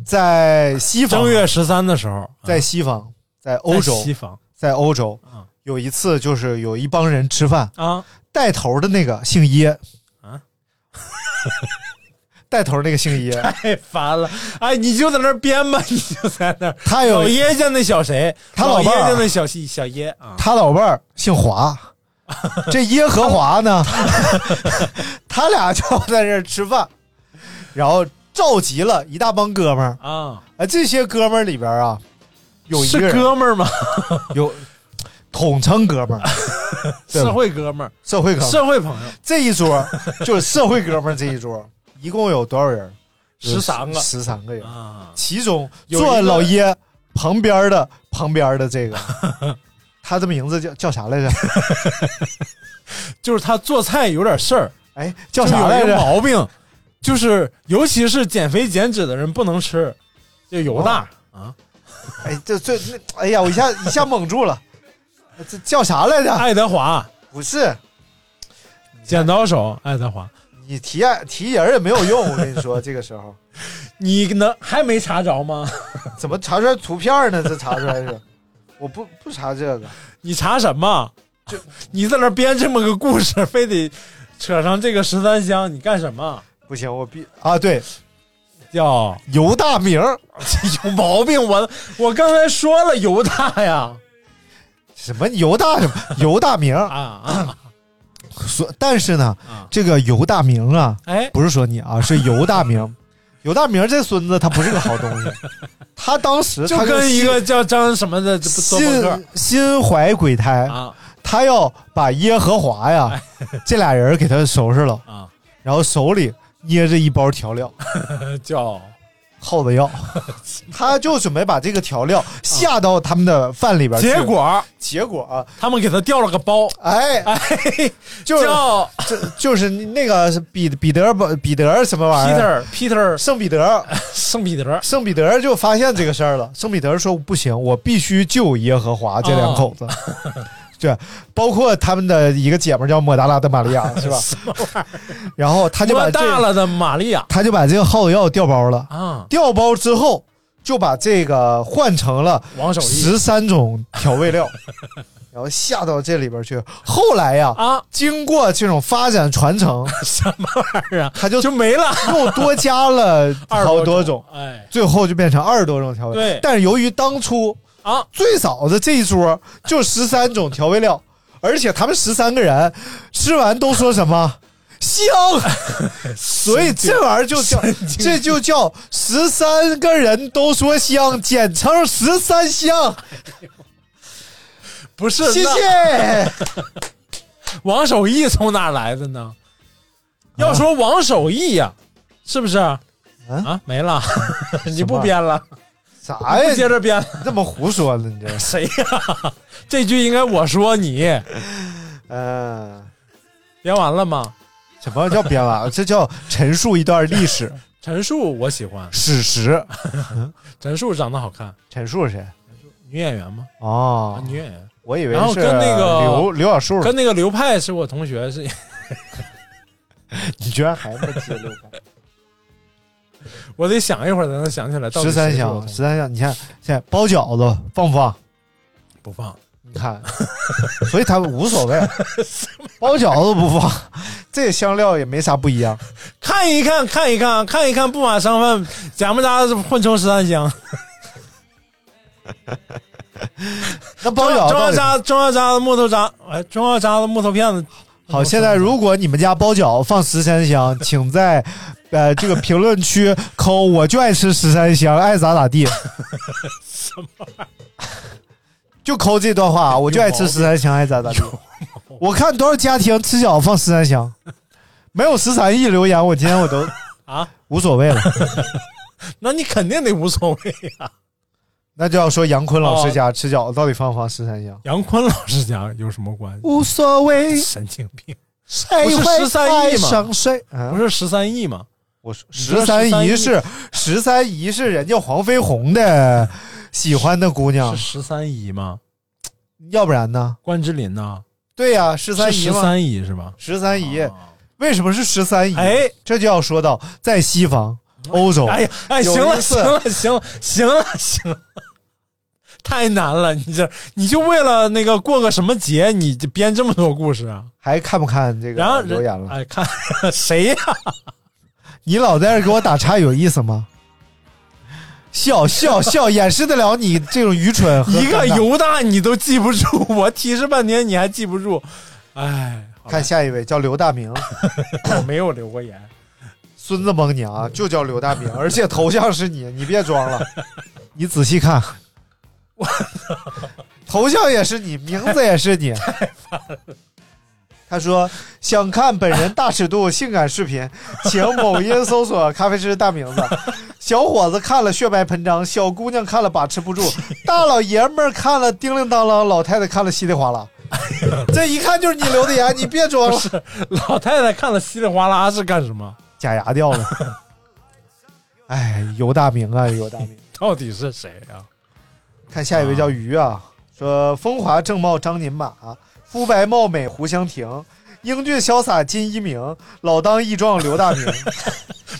Speaker 6: 在西方，
Speaker 7: 正月十三的时候，
Speaker 6: 在
Speaker 7: 啊
Speaker 6: 西方，在欧洲
Speaker 7: 在，西方
Speaker 6: 在欧洲
Speaker 7: 啊
Speaker 6: 有一次就是有一帮人吃饭， <laughs>
Speaker 7: 啊，
Speaker 6: 带头的那个姓耶
Speaker 7: 啊，
Speaker 6: <laughs> 带头那个姓耶，
Speaker 7: <laughs> 太烦了！哎，你就在那儿编吧， <laughs> 你就在那儿。
Speaker 6: 他有
Speaker 7: 老爷家那小谁，
Speaker 6: 他
Speaker 7: 老
Speaker 6: 老
Speaker 7: 爷
Speaker 6: 伴儿啊
Speaker 7: 家那小西小爷啊，
Speaker 6: 他老伴儿姓
Speaker 7: <laughs>
Speaker 6: 华，这耶和华呢，他俩就在这儿吃饭，然后召集了一大帮哥们儿
Speaker 7: 啊，
Speaker 6: 啊，这些哥们儿里边儿啊，有一个
Speaker 7: 是
Speaker 6: 人
Speaker 7: 哥们儿吗？
Speaker 6: 有统称哥
Speaker 7: <laughs>
Speaker 6: 们儿，对吧
Speaker 7: 社会哥们儿，
Speaker 6: 社会哥们儿，
Speaker 7: 社会朋友，
Speaker 6: 这一桌就是社会哥们儿这一桌，一共有多少人？
Speaker 7: 十三个
Speaker 6: 十三个人，
Speaker 7: 啊，
Speaker 6: 其中
Speaker 7: 有一
Speaker 6: 坐
Speaker 7: 个
Speaker 6: 老耶旁边儿的旁边儿的这
Speaker 7: <laughs>
Speaker 6: 个，他的名字叫叫啥来着？
Speaker 7: 就是他做菜有点事儿，
Speaker 6: 哎，叫
Speaker 7: 就是
Speaker 6: 啥
Speaker 7: 有
Speaker 6: 来
Speaker 7: 一个
Speaker 6: 着？
Speaker 7: 毛病，就是尤其是减肥减脂的人不能吃，就油大啊，
Speaker 6: 哎，这这那，哎呀，我一下一下蒙住了，这叫啥来着？
Speaker 7: 爱德华
Speaker 6: 不是，
Speaker 7: 剪刀手，爱德华，
Speaker 6: 你提提人也没有用，我跟你说，这个时候
Speaker 7: 你能还没查着吗？
Speaker 6: 怎么查出来图片呢？这查出来是，我不不查这个，
Speaker 7: 你查什么？ <laughs> 你在那儿编这么个故事， <laughs> 非得扯上这个十三香，你干什么？
Speaker 6: 不行，我必啊，对，
Speaker 7: 叫
Speaker 6: 尤大明儿
Speaker 7: <laughs> 有毛病！我我刚才说了犹大
Speaker 6: <laughs>
Speaker 7: 呀，
Speaker 6: 什么尤大什么尤大明儿，
Speaker 7: 啊啊！
Speaker 6: 所但是呢，
Speaker 7: 啊
Speaker 6: 这个尤大明啊，
Speaker 7: 哎，
Speaker 6: 不是说你
Speaker 7: <laughs>
Speaker 6: 啊，是尤大明。尤大明这孙子他不是个好
Speaker 7: <laughs>
Speaker 6: 东西，他当时
Speaker 7: 就
Speaker 6: 他
Speaker 7: 跟一
Speaker 6: 新
Speaker 7: 个叫张什么的这不做博客
Speaker 6: 心心怀鬼胎，
Speaker 7: 啊哎
Speaker 6: 他要把耶和华呀 <laughs> 这俩人给他收拾了，
Speaker 7: 啊，
Speaker 6: 然后手里捏着一包调
Speaker 7: <laughs>
Speaker 6: 料，
Speaker 7: 呃叫
Speaker 6: 耗子
Speaker 7: <laughs>
Speaker 6: 药，他就准备把这个调料下到他们的饭里边去。
Speaker 7: 啊结果
Speaker 6: 结果啊，
Speaker 7: 他们给他掉了个包，
Speaker 6: 哎，
Speaker 7: 哎，
Speaker 6: <laughs> 就是
Speaker 7: 叫
Speaker 6: 这就是那个彼彼得不彼得什么玩意儿，
Speaker 7: Peter Peter
Speaker 6: 圣彼得，
Speaker 7: <laughs> 圣彼得，
Speaker 6: 圣彼得就发现这个事儿了。圣彼得说：“不行，我必须救耶和华这两口子。
Speaker 7: 哦
Speaker 6: <laughs> 对，包括他们的一个姐们儿叫抹大拉的玛利亚，
Speaker 7: <laughs>
Speaker 6: 是吧？然后他就把
Speaker 7: 多
Speaker 6: 这，
Speaker 7: 大了的玛利亚
Speaker 6: 他就把这个耗子药调包了。 <laughs>
Speaker 7: 啊，
Speaker 6: 调包之后，就把这个换成了
Speaker 7: 王守义
Speaker 6: 十三种调味
Speaker 7: <laughs>
Speaker 6: 料，然后下到这里边去。后来呀，
Speaker 7: 啊，
Speaker 6: 经过这种发展传
Speaker 7: <laughs>
Speaker 6: 承，
Speaker 7: 什么玩意儿啊？
Speaker 6: 他就
Speaker 7: 就没了，
Speaker 6: 又多加了
Speaker 7: 二
Speaker 6: 好
Speaker 7: 多
Speaker 6: 多种，，
Speaker 7: 哎
Speaker 6: 最后就变成二十多种调味。
Speaker 7: 对
Speaker 6: 但是由于当初
Speaker 7: 啊，
Speaker 6: 最早的这一桌就十三种调味料，而且他们十三个人吃完都说什
Speaker 7: <laughs>
Speaker 6: 么香，所以这玩意儿就叫这就叫十三个人都说香，简称十三香。
Speaker 7: 不是，
Speaker 6: 谢
Speaker 7: 那
Speaker 6: 谢。
Speaker 7: 王守义从哪来的呢？
Speaker 6: 啊
Speaker 7: 要说王守义呀，是不是？啊，
Speaker 6: <laughs>
Speaker 7: 没了，你不编了，
Speaker 6: 啥
Speaker 7: 不接
Speaker 6: 哎呀？
Speaker 7: 着编了，
Speaker 6: 你这么胡说呢？你这，
Speaker 7: 谁呀？ <laughs> 这句应该我说你
Speaker 6: 嗯、
Speaker 7: 编完了吗？
Speaker 6: 什么叫编完？这叫陈述一段历史
Speaker 7: 陈数我喜欢，
Speaker 6: 史实。
Speaker 7: 陈数长得好看，
Speaker 6: 陈述是谁？
Speaker 7: 女演员吗？啊，
Speaker 6: 哦，
Speaker 7: 女演员，
Speaker 6: 我以为
Speaker 7: 然后
Speaker 6: 是
Speaker 7: 跟那个
Speaker 6: 刘刘小树呢，
Speaker 7: 跟那个刘派是我同学，是 <laughs>
Speaker 6: 你居然还没接六百
Speaker 7: 我得想一会儿才能想起来。到底
Speaker 6: 十三
Speaker 7: 谁是我同
Speaker 6: 香，
Speaker 7: 学
Speaker 6: 十三香，你看现在包饺子放不放？
Speaker 7: 不放，
Speaker 6: 你
Speaker 7: <laughs>
Speaker 6: 看，所以他们无所谓，包饺子不放，这香料也没啥不一样。
Speaker 7: 看一看，看一看，看一看，不马上饭，假不搭混成十三香。
Speaker 6: 那包饺子
Speaker 7: 中
Speaker 6: 到
Speaker 7: 药
Speaker 6: 底
Speaker 7: 渣，中药渣子木头渣，哎，中药渣子木头片子。
Speaker 6: 好，现在如果你们家包饺子放十三香，请在呃这个评论区扣“我就爱吃十三香，爱咋咋 <laughs> 地”。什么？就扣这段话，我就爱吃十三香，爱咋咋地。我看多少家庭吃饺子放十三香，没有十三亿留言，我今天我 <laughs> 都
Speaker 7: 啊
Speaker 6: 无所谓了。
Speaker 7: 那你肯定得无所谓啊呀、
Speaker 6: 那就要说杨坤老师家吃饺子到底放不放十三香？
Speaker 7: 杨坤老师家有什么关系？
Speaker 6: 无所谓，
Speaker 7: 神经病，
Speaker 6: 谁
Speaker 7: 不是
Speaker 6: 会
Speaker 7: 13亿
Speaker 6: 爱
Speaker 7: 吗
Speaker 6: 上谁？啊
Speaker 7: 不是十三亿吗？
Speaker 6: 我说
Speaker 7: 说
Speaker 6: 十三
Speaker 7: 13
Speaker 6: 姨
Speaker 7: 姨 <laughs>
Speaker 6: 是十三姨是人家黄飞鸿的喜欢的姑娘
Speaker 7: 是，十三姨吗？
Speaker 6: 要不然呢？
Speaker 7: 关之琳呐，
Speaker 6: 对呀、十三姨
Speaker 7: 十
Speaker 6: 嘛，
Speaker 7: 三姨是吧？
Speaker 6: 十三姨为什么是十三姨？
Speaker 7: 哎，
Speaker 6: 这就要说到在西方欧洲，
Speaker 7: 哎呀，哎，
Speaker 6: 有
Speaker 7: 行了，
Speaker 6: 一次
Speaker 7: 行了，行了，行了，行了，太难了！你这你就为了那个过个什么节，你就编这么多故事啊？
Speaker 6: 还看不看这
Speaker 7: 然后
Speaker 6: 个
Speaker 7: 人
Speaker 6: 留言了？
Speaker 7: 哎，看 <laughs> 谁
Speaker 6: <laughs>
Speaker 7: 呀、
Speaker 6: 你老在这给我打岔有意思吗？笑笑
Speaker 7: <laughs>
Speaker 6: 笑，掩饰得了你这种愚蠢和
Speaker 7: 一个
Speaker 6: 尴尬
Speaker 7: 犹大你都记不住，我提示半天你还记不住，哎，好吧
Speaker 6: 看下一位叫刘大明，
Speaker 7: 我 <laughs> 没有留过言，
Speaker 6: 孙子蒙你啊，就叫刘大明，而且头像是你，你别装了，你仔细看，头像也是你，名字也是你。他说想看本人大尺度性感视频，请某音搜索“咖啡师大名字”。小伙子看了血脉喷张，小姑娘看了把持不住，大老爷们儿看了叮铃当啷，老太太看了稀里哗啦。这一看就是你留的言，你别装了。
Speaker 7: 老太太看了稀里哗啦是干什么？
Speaker 6: 假牙掉
Speaker 7: <laughs>
Speaker 6: 了。哎，尤大明啊，尤大
Speaker 7: <laughs>
Speaker 6: 明！
Speaker 7: 到底是谁啊呀、
Speaker 6: 看下一位叫鱼啊，说风华正茂张宁马，肤白貌美胡湘婷，英俊潇洒金一鸣，老当益壮刘大
Speaker 7: <laughs>
Speaker 6: 明。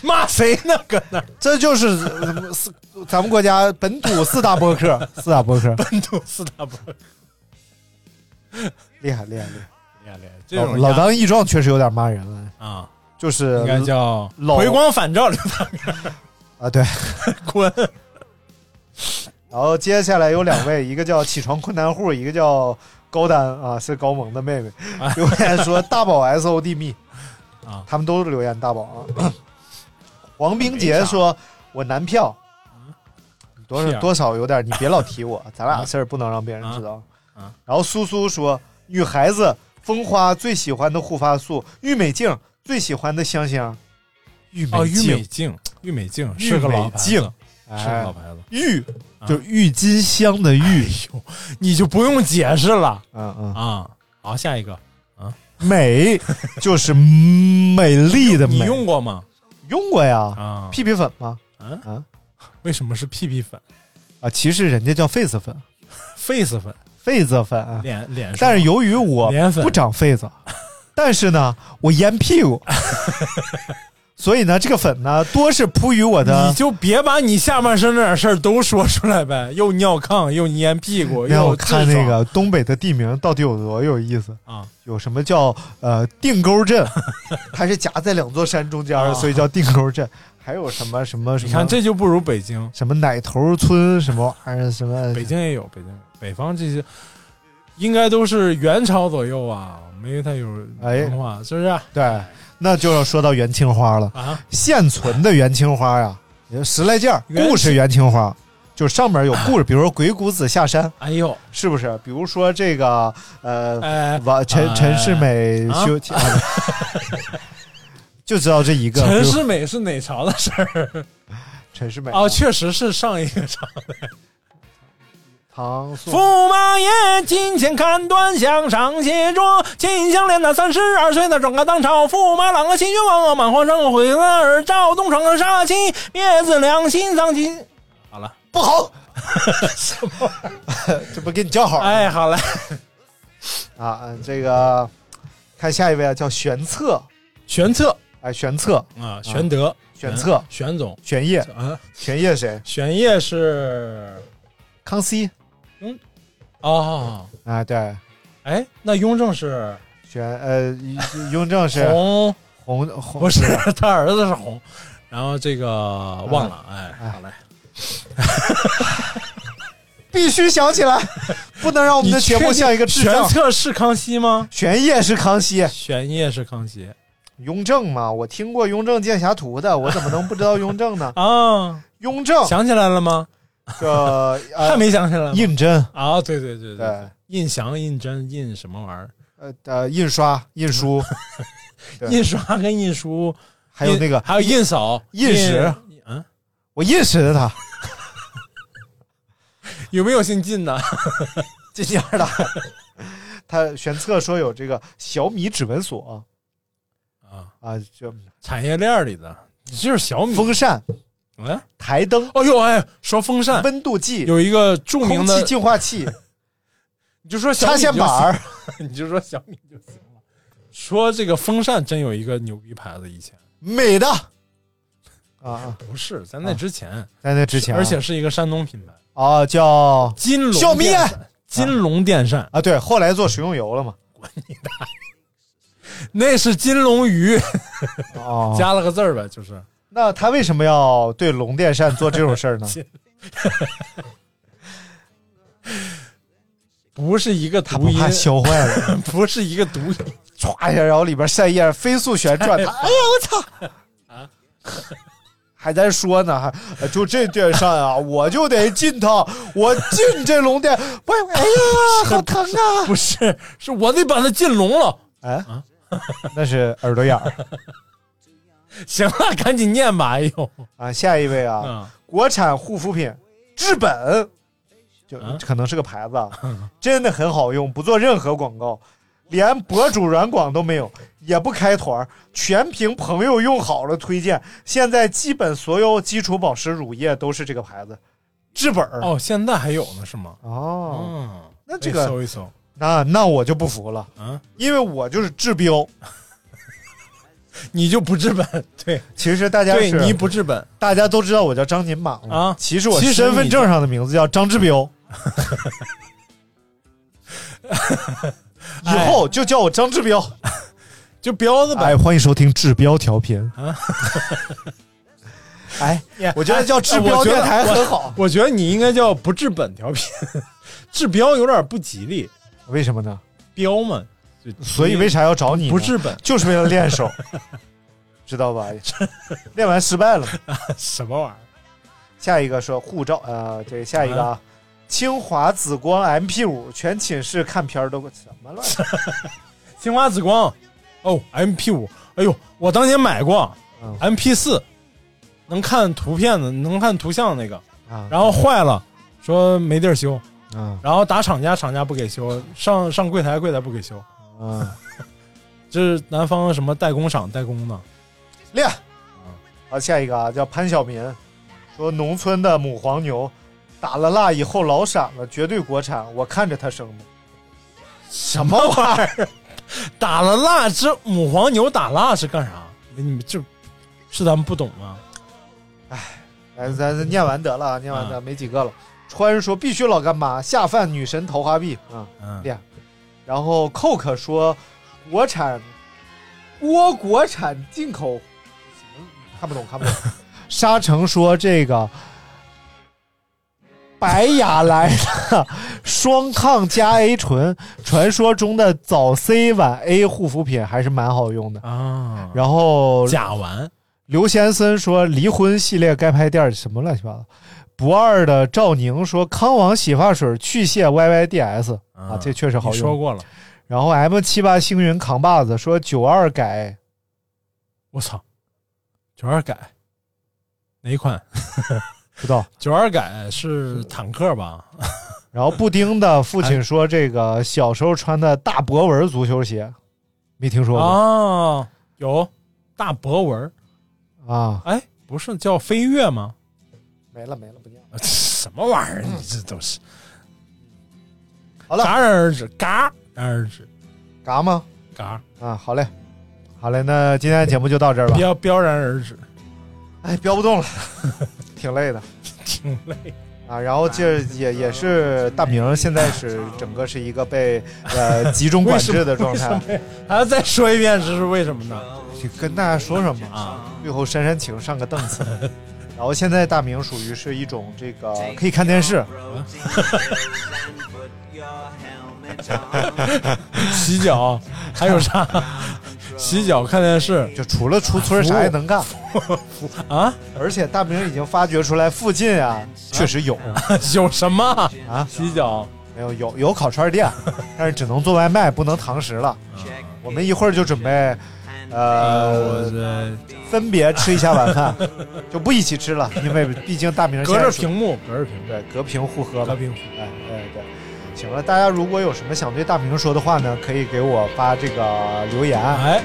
Speaker 7: 骂谁呢？搁那儿
Speaker 6: 这就是呃四咱们国家本土四大播客，四大播客。
Speaker 7: 本土四大不
Speaker 6: <laughs> 厉害厉害厉害！
Speaker 7: 练练这
Speaker 6: 老
Speaker 7: 种
Speaker 6: 哦老
Speaker 7: 压
Speaker 6: 当益壮确实有点骂人了，
Speaker 7: 啊，
Speaker 6: 就是
Speaker 7: 应该叫
Speaker 6: 呃老
Speaker 7: 回光返照，
Speaker 6: 啊对。
Speaker 7: 滚！
Speaker 6: <laughs> 然后接下来有两位，一个叫起床困难户，一个叫高丹啊，是高萌的妹妹，留言说大宝 S O D 蜜
Speaker 7: 啊
Speaker 6: 他们都留言大宝
Speaker 7: <laughs>
Speaker 6: 啊。黄冰杰说：“我男票，
Speaker 7: 嗯
Speaker 6: 多
Speaker 7: 屁
Speaker 6: 少
Speaker 7: 眼儿
Speaker 6: 多少有点，你别老提
Speaker 7: <laughs>
Speaker 6: 我，咱俩事儿不能让别人知道。”
Speaker 7: 啊
Speaker 6: 然后苏苏说：“女孩子蜂花最喜欢的护发素，郁美净最喜欢的香香，郁
Speaker 7: 哦，
Speaker 6: 美
Speaker 7: 郁美
Speaker 6: 净，
Speaker 7: 净，郁美净
Speaker 6: 郁
Speaker 7: 是个老
Speaker 6: 美
Speaker 7: 牌
Speaker 6: 净
Speaker 7: 子，是个
Speaker 6: 哎
Speaker 7: 老牌子，
Speaker 6: 郁
Speaker 7: 啊
Speaker 6: 就是郁金香的郁，
Speaker 7: 你就不用解释了
Speaker 6: 嗯嗯。”
Speaker 7: 啊。好，下一个，
Speaker 6: 美就是美丽的美。
Speaker 7: 你用过吗？
Speaker 6: 用过呀？
Speaker 7: 啊，
Speaker 6: 屁屁粉吗？
Speaker 7: 为什么是屁屁粉、
Speaker 6: 啊，其实人家叫痱子粉，
Speaker 7: face 粉、
Speaker 6: 痱子粉啊。
Speaker 7: 脸脸上？
Speaker 6: 但是由于我
Speaker 7: 脸粉
Speaker 6: 不长痱
Speaker 7: <laughs>
Speaker 6: 子，但是呢，我腌屁股，所以呢，这个粉呢，多是扑于我
Speaker 7: 你
Speaker 6: 的。
Speaker 7: 就别把你下半身那点事儿都说出来呗， <laughs> 又尿炕，又粘
Speaker 6: <laughs>
Speaker 7: 屁股，
Speaker 6: 让
Speaker 7: 又
Speaker 6: 我看
Speaker 7: 痔
Speaker 6: 那
Speaker 7: 疮
Speaker 6: 个东北的地名到底有多有意思
Speaker 7: 啊！
Speaker 6: 有什么叫呃定沟镇？
Speaker 7: <laughs>
Speaker 6: 它是夹在两座山中间儿，
Speaker 7: 啊
Speaker 6: 所以叫定沟镇。还有什么什么什么？
Speaker 7: 你看这就不如
Speaker 6: <laughs>
Speaker 7: 北京，
Speaker 6: 什么奶头村什么玩意儿什么？
Speaker 7: 北京也有，北京北方这些应该都是元朝左右啊，没太有
Speaker 6: 哎
Speaker 7: 文化，是不是啊？
Speaker 6: 对，那就要说到元青花了。
Speaker 7: 啊
Speaker 6: 现存的元青花呀，也就十来件儿。
Speaker 7: 元青
Speaker 6: 故事元青花，就上面有故事，比如说鬼谷子下山，
Speaker 7: 哎呦，
Speaker 6: 是不是？比如说这个呃，
Speaker 7: 哎，
Speaker 6: 王陈
Speaker 7: 哎
Speaker 6: 陈世美
Speaker 7: 啊
Speaker 6: 修，啊 <laughs> 就知道这一个。
Speaker 7: 陈
Speaker 6: 比如
Speaker 7: 世美是哪朝的事儿？ <laughs>
Speaker 6: 陈世美
Speaker 7: 哦，确实是上一个朝。
Speaker 6: 唐宋
Speaker 7: 驸马爷，金钱看端详，上写着秦香莲那三十二岁的转个当朝驸马郎啊，秦元王啊，满皇上毁了耳罩，东床的杀妻，灭子良心丧尽。好了，
Speaker 6: 不好，这不给你叫好啊
Speaker 7: 哎，好了，
Speaker 6: 啊？这个看下一位啊，叫玄策，
Speaker 7: 玄策
Speaker 6: 哎，玄策，
Speaker 7: 啊，玄德，啊
Speaker 6: 玄策，
Speaker 7: 玄总
Speaker 6: 玄烨，
Speaker 7: 啊，
Speaker 6: 玄烨谁？
Speaker 7: 玄烨是
Speaker 6: 康熙
Speaker 7: 哦，
Speaker 6: 啊，对，
Speaker 7: 哎，那雍正是
Speaker 6: 选呃，雍正是
Speaker 7: 洪，
Speaker 6: 红红
Speaker 7: 不是他儿子是洪，然后这个忘了，哎，好嘞。
Speaker 6: <laughs> 必须想起
Speaker 7: <laughs>
Speaker 6: 来，不能让我们的节目像一个智
Speaker 7: 玄
Speaker 6: 障。
Speaker 7: 策是康熙吗？
Speaker 6: 玄烨是康熙，
Speaker 7: 玄烨是康熙？
Speaker 6: 雍正嘛，我听过《雍正剑侠图》的，我怎么能不知道雍正呢
Speaker 7: 啊，
Speaker 6: 雍正
Speaker 7: 想起来了吗？
Speaker 6: 这
Speaker 7: 还
Speaker 6: 呃，
Speaker 7: 没想起来吗
Speaker 6: 胤禛，
Speaker 7: 啊，对对对
Speaker 6: 对，
Speaker 7: 印祥、印真、印什么玩意儿？
Speaker 6: 呃呃，印刷、印书，对
Speaker 7: 印刷跟印书，
Speaker 6: 还有那个
Speaker 7: 印还有印嫂、
Speaker 6: 印史，
Speaker 7: 嗯，
Speaker 6: 我印识的他，
Speaker 7: 有没有姓靳的？
Speaker 6: 这样
Speaker 7: <laughs>
Speaker 6: 的。他玄策说有这个小米指纹锁
Speaker 7: 啊，
Speaker 6: 啊，就
Speaker 7: <laughs> 产业链里的就是小米。
Speaker 6: 风扇、
Speaker 7: 哎，
Speaker 6: 台灯、
Speaker 7: 哦呦哎，说风扇，
Speaker 6: 温度计、
Speaker 7: 有一个著名
Speaker 6: 空气
Speaker 7: 的，
Speaker 6: 净化器、
Speaker 7: 你就说小米
Speaker 6: 插
Speaker 7: 就
Speaker 6: 线
Speaker 7: 行
Speaker 6: 板儿。
Speaker 7: <laughs> 你就说小米就行了。说这个风扇真有一个牛逼牌子，以前
Speaker 6: 美的啊啊，
Speaker 7: 不是在那之前，
Speaker 6: 在那之前啊，
Speaker 7: 而且是一个山东品牌，
Speaker 6: 啊叫
Speaker 7: 金龙
Speaker 6: 小米
Speaker 7: 电扇金龙电扇，
Speaker 6: 啊，对，后来做食用油了嘛。
Speaker 7: 那是金龙鱼，
Speaker 6: 哦，
Speaker 7: 加了个字儿呗，就是
Speaker 6: 那他为什么要对龙电扇做这种事儿呢？
Speaker 7: 不是一个
Speaker 6: <laughs> 他
Speaker 7: 读
Speaker 6: 不
Speaker 7: 音，
Speaker 6: 怕销坏了，
Speaker 7: <laughs> 不是一个读音，
Speaker 6: <laughs> 歘一下，然后里边扇叶飞速旋转，他哎呀，啊我操！ <laughs> 还在说呢，还呃就这电扇啊， <laughs> 我就得进它，我进这龙电， <laughs> 喂，哎呀，好疼啊！
Speaker 7: 不是，是我得把它进笼了。
Speaker 6: <laughs> 啊，那是耳朵眼儿
Speaker 7: 行了，赶紧念吧，哎呦，
Speaker 6: 啊。下一位啊，
Speaker 7: 嗯，
Speaker 6: 国产护肤品至本，就
Speaker 7: 啊
Speaker 6: 可能是个牌
Speaker 7: <laughs>
Speaker 6: 子，啊，真的很好用，不做任何广告，连博主软广都没有，也不开团儿，全凭朋友用好了推荐。现在基本所有基础保湿乳液都是这个牌子，至本儿。
Speaker 7: 哦，现在还有呢是吗？
Speaker 6: 哦，
Speaker 7: 嗯，
Speaker 6: 那这个
Speaker 7: 可以搜一搜，
Speaker 6: 那那我就不服了，
Speaker 7: 嗯，
Speaker 6: 因为我就是治标。
Speaker 7: 你就不治本，对
Speaker 6: 其实大家
Speaker 7: 对，
Speaker 6: 是
Speaker 7: 你不治本，
Speaker 6: 大家都知道我叫张金马嘛
Speaker 7: 啊
Speaker 6: 其实我
Speaker 7: 其实
Speaker 6: 身份
Speaker 7: 你 <laughs>
Speaker 6: 证上的名字叫张志彪。
Speaker 7: 哎
Speaker 6: 以后就叫我张志彪。
Speaker 7: 就彪子呗。
Speaker 6: 哎，欢迎收听志彪调频。
Speaker 7: 啊
Speaker 6: <laughs> 哎，我觉得叫志
Speaker 7: 哎
Speaker 6: 彪
Speaker 7: 我觉
Speaker 6: 电
Speaker 7: 得
Speaker 6: 台很好，
Speaker 7: 我觉得你应该叫不治本调频， <laughs> 治标有点不吉利，
Speaker 6: 为什么呢？
Speaker 7: 彪嘛。就
Speaker 6: 所以为啥要找你呢？
Speaker 7: 不治本？
Speaker 6: 就是为了练
Speaker 7: <laughs>
Speaker 6: 手，知道吧？练完失败了嘛。
Speaker 7: 什么玩意儿？
Speaker 6: 下一个说护照，呃，这下一个啊，清华紫光 MP 五全寝室看片儿都什么乱七八糟？
Speaker 7: 青花紫光，哦，MP 五，哎呦，我当年买过
Speaker 6: 嗯
Speaker 7: MP 四，能看图片的，能看图像的那个，
Speaker 6: 啊
Speaker 7: 然后坏了，说没地儿修，
Speaker 6: 啊
Speaker 7: 然后打厂家，厂家不给修，上上柜台，柜台不给修，
Speaker 6: 啊！
Speaker 7: 这是南方什么代工厂代工的，
Speaker 6: 练。好，下一个啊，叫潘晓民，说农村的母黄牛打了蜡以后老闪了，绝对国产，我看着它生的。
Speaker 7: 什么玩意儿？打了蜡之母黄牛打蜡是干啥？哎你们这是咱们不懂吗？
Speaker 6: 哎，咱咱念完得了，啊，念完得了没几个了。川说必须老干妈，下饭女神桃花臂啊。
Speaker 7: 嗯，
Speaker 6: 对然后 Coke 说国产国国产进口，看不懂看不懂。 <laughs> 沙城说这个白雅莱的双抗加 A 醇，传说中的早 C 晚 A 护肤品还是蛮好用的。
Speaker 7: 啊，
Speaker 6: 然后
Speaker 7: 甲烷
Speaker 6: 刘先森说离婚系列该拍第二什么乱七八糟。不二的赵宁说康王洗发水去屑 YYDS 啊，这确实好
Speaker 7: 你
Speaker 6: 用。
Speaker 7: 说过了。
Speaker 6: 然后 M 七八星云扛把子说九二改
Speaker 7: 我操，九二改哪一款？
Speaker 6: 不到，
Speaker 7: 九二改是坦克吧？
Speaker 6: 然后布丁的父亲说这个小时候穿的大博文足球鞋，没听说过
Speaker 7: 啊，有大博文，
Speaker 6: 啊
Speaker 7: 哎，不是叫飞跃吗？
Speaker 6: 没了没了不念了。
Speaker 7: 啊什么玩意儿？你这都是
Speaker 6: 好了
Speaker 7: 戛然而止，戛然而止，
Speaker 6: 嘎吗？
Speaker 7: 戛，
Speaker 6: 啊，好嘞，好嘞，那今天的节目就到这儿吧。
Speaker 7: 飙飙然而止， <laughs>
Speaker 6: 哎，飙不动了， <laughs> 挺累的
Speaker 7: 挺累。
Speaker 6: 啊。然后这也也是大明现在是整个是一个被呃集中管制的状态，
Speaker 7: 还要再说一遍，这是为什么呢？
Speaker 6: 去跟大家说说嘛
Speaker 7: 啊，
Speaker 6: 最后煽煽情，上个凳 <laughs> 子。然后现在大明属于是一种这个啊可以看电视，
Speaker 7: 洗脚还有
Speaker 6: <laughs>
Speaker 7: 啥？洗脚看电视 <laughs>
Speaker 6: 就除了出村儿啥也能干，
Speaker 7: 啊？
Speaker 6: 而且大明已经发掘出来附近啊确实有
Speaker 7: 有什么？
Speaker 6: 啊，
Speaker 7: 洗脚
Speaker 6: 没有有有烤串 <laughs> 店，但是只能做外卖，不能堂食了。我们一会儿就准备，
Speaker 7: 我
Speaker 6: 呃，
Speaker 7: 这
Speaker 6: 分别吃一下晚饭，就不一起吃了，因为毕竟大明现
Speaker 7: 隔
Speaker 6: 在
Speaker 7: 着
Speaker 6: 是
Speaker 7: 屏幕，隔着屏幕，
Speaker 6: 对隔屏互喝
Speaker 7: 隔
Speaker 6: 了。
Speaker 7: 屏幕。
Speaker 6: 哎哎对，行了，大家如果有什么想对大明说的话呢，可以给我发这个留言，然
Speaker 7: 哎，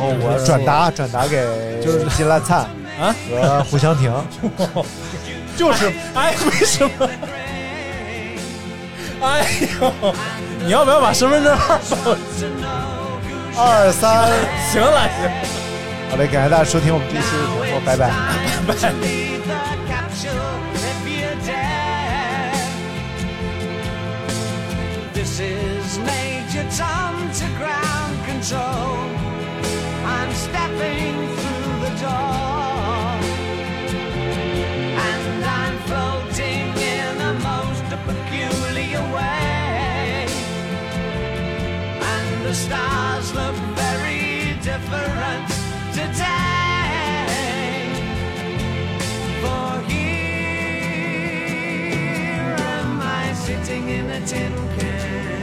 Speaker 6: 后我转达转达给
Speaker 7: 就是
Speaker 6: 金烂灿
Speaker 7: 啊
Speaker 6: 和胡湘
Speaker 7: <laughs>
Speaker 6: 婷。
Speaker 7: 就是哎， <laughs> 为什么？哎呦，你要不要把身份证号报？
Speaker 6: 二三，
Speaker 7: 行了，行。
Speaker 6: 好嘞，感谢大家收听我们这期的节目，拜拜。
Speaker 8: This is Major Tom to ground control. I'm stepping through the door. And I'm floating in a most peculiar way. And the stars look very different today. For here am I sitting in a tin can. Oh.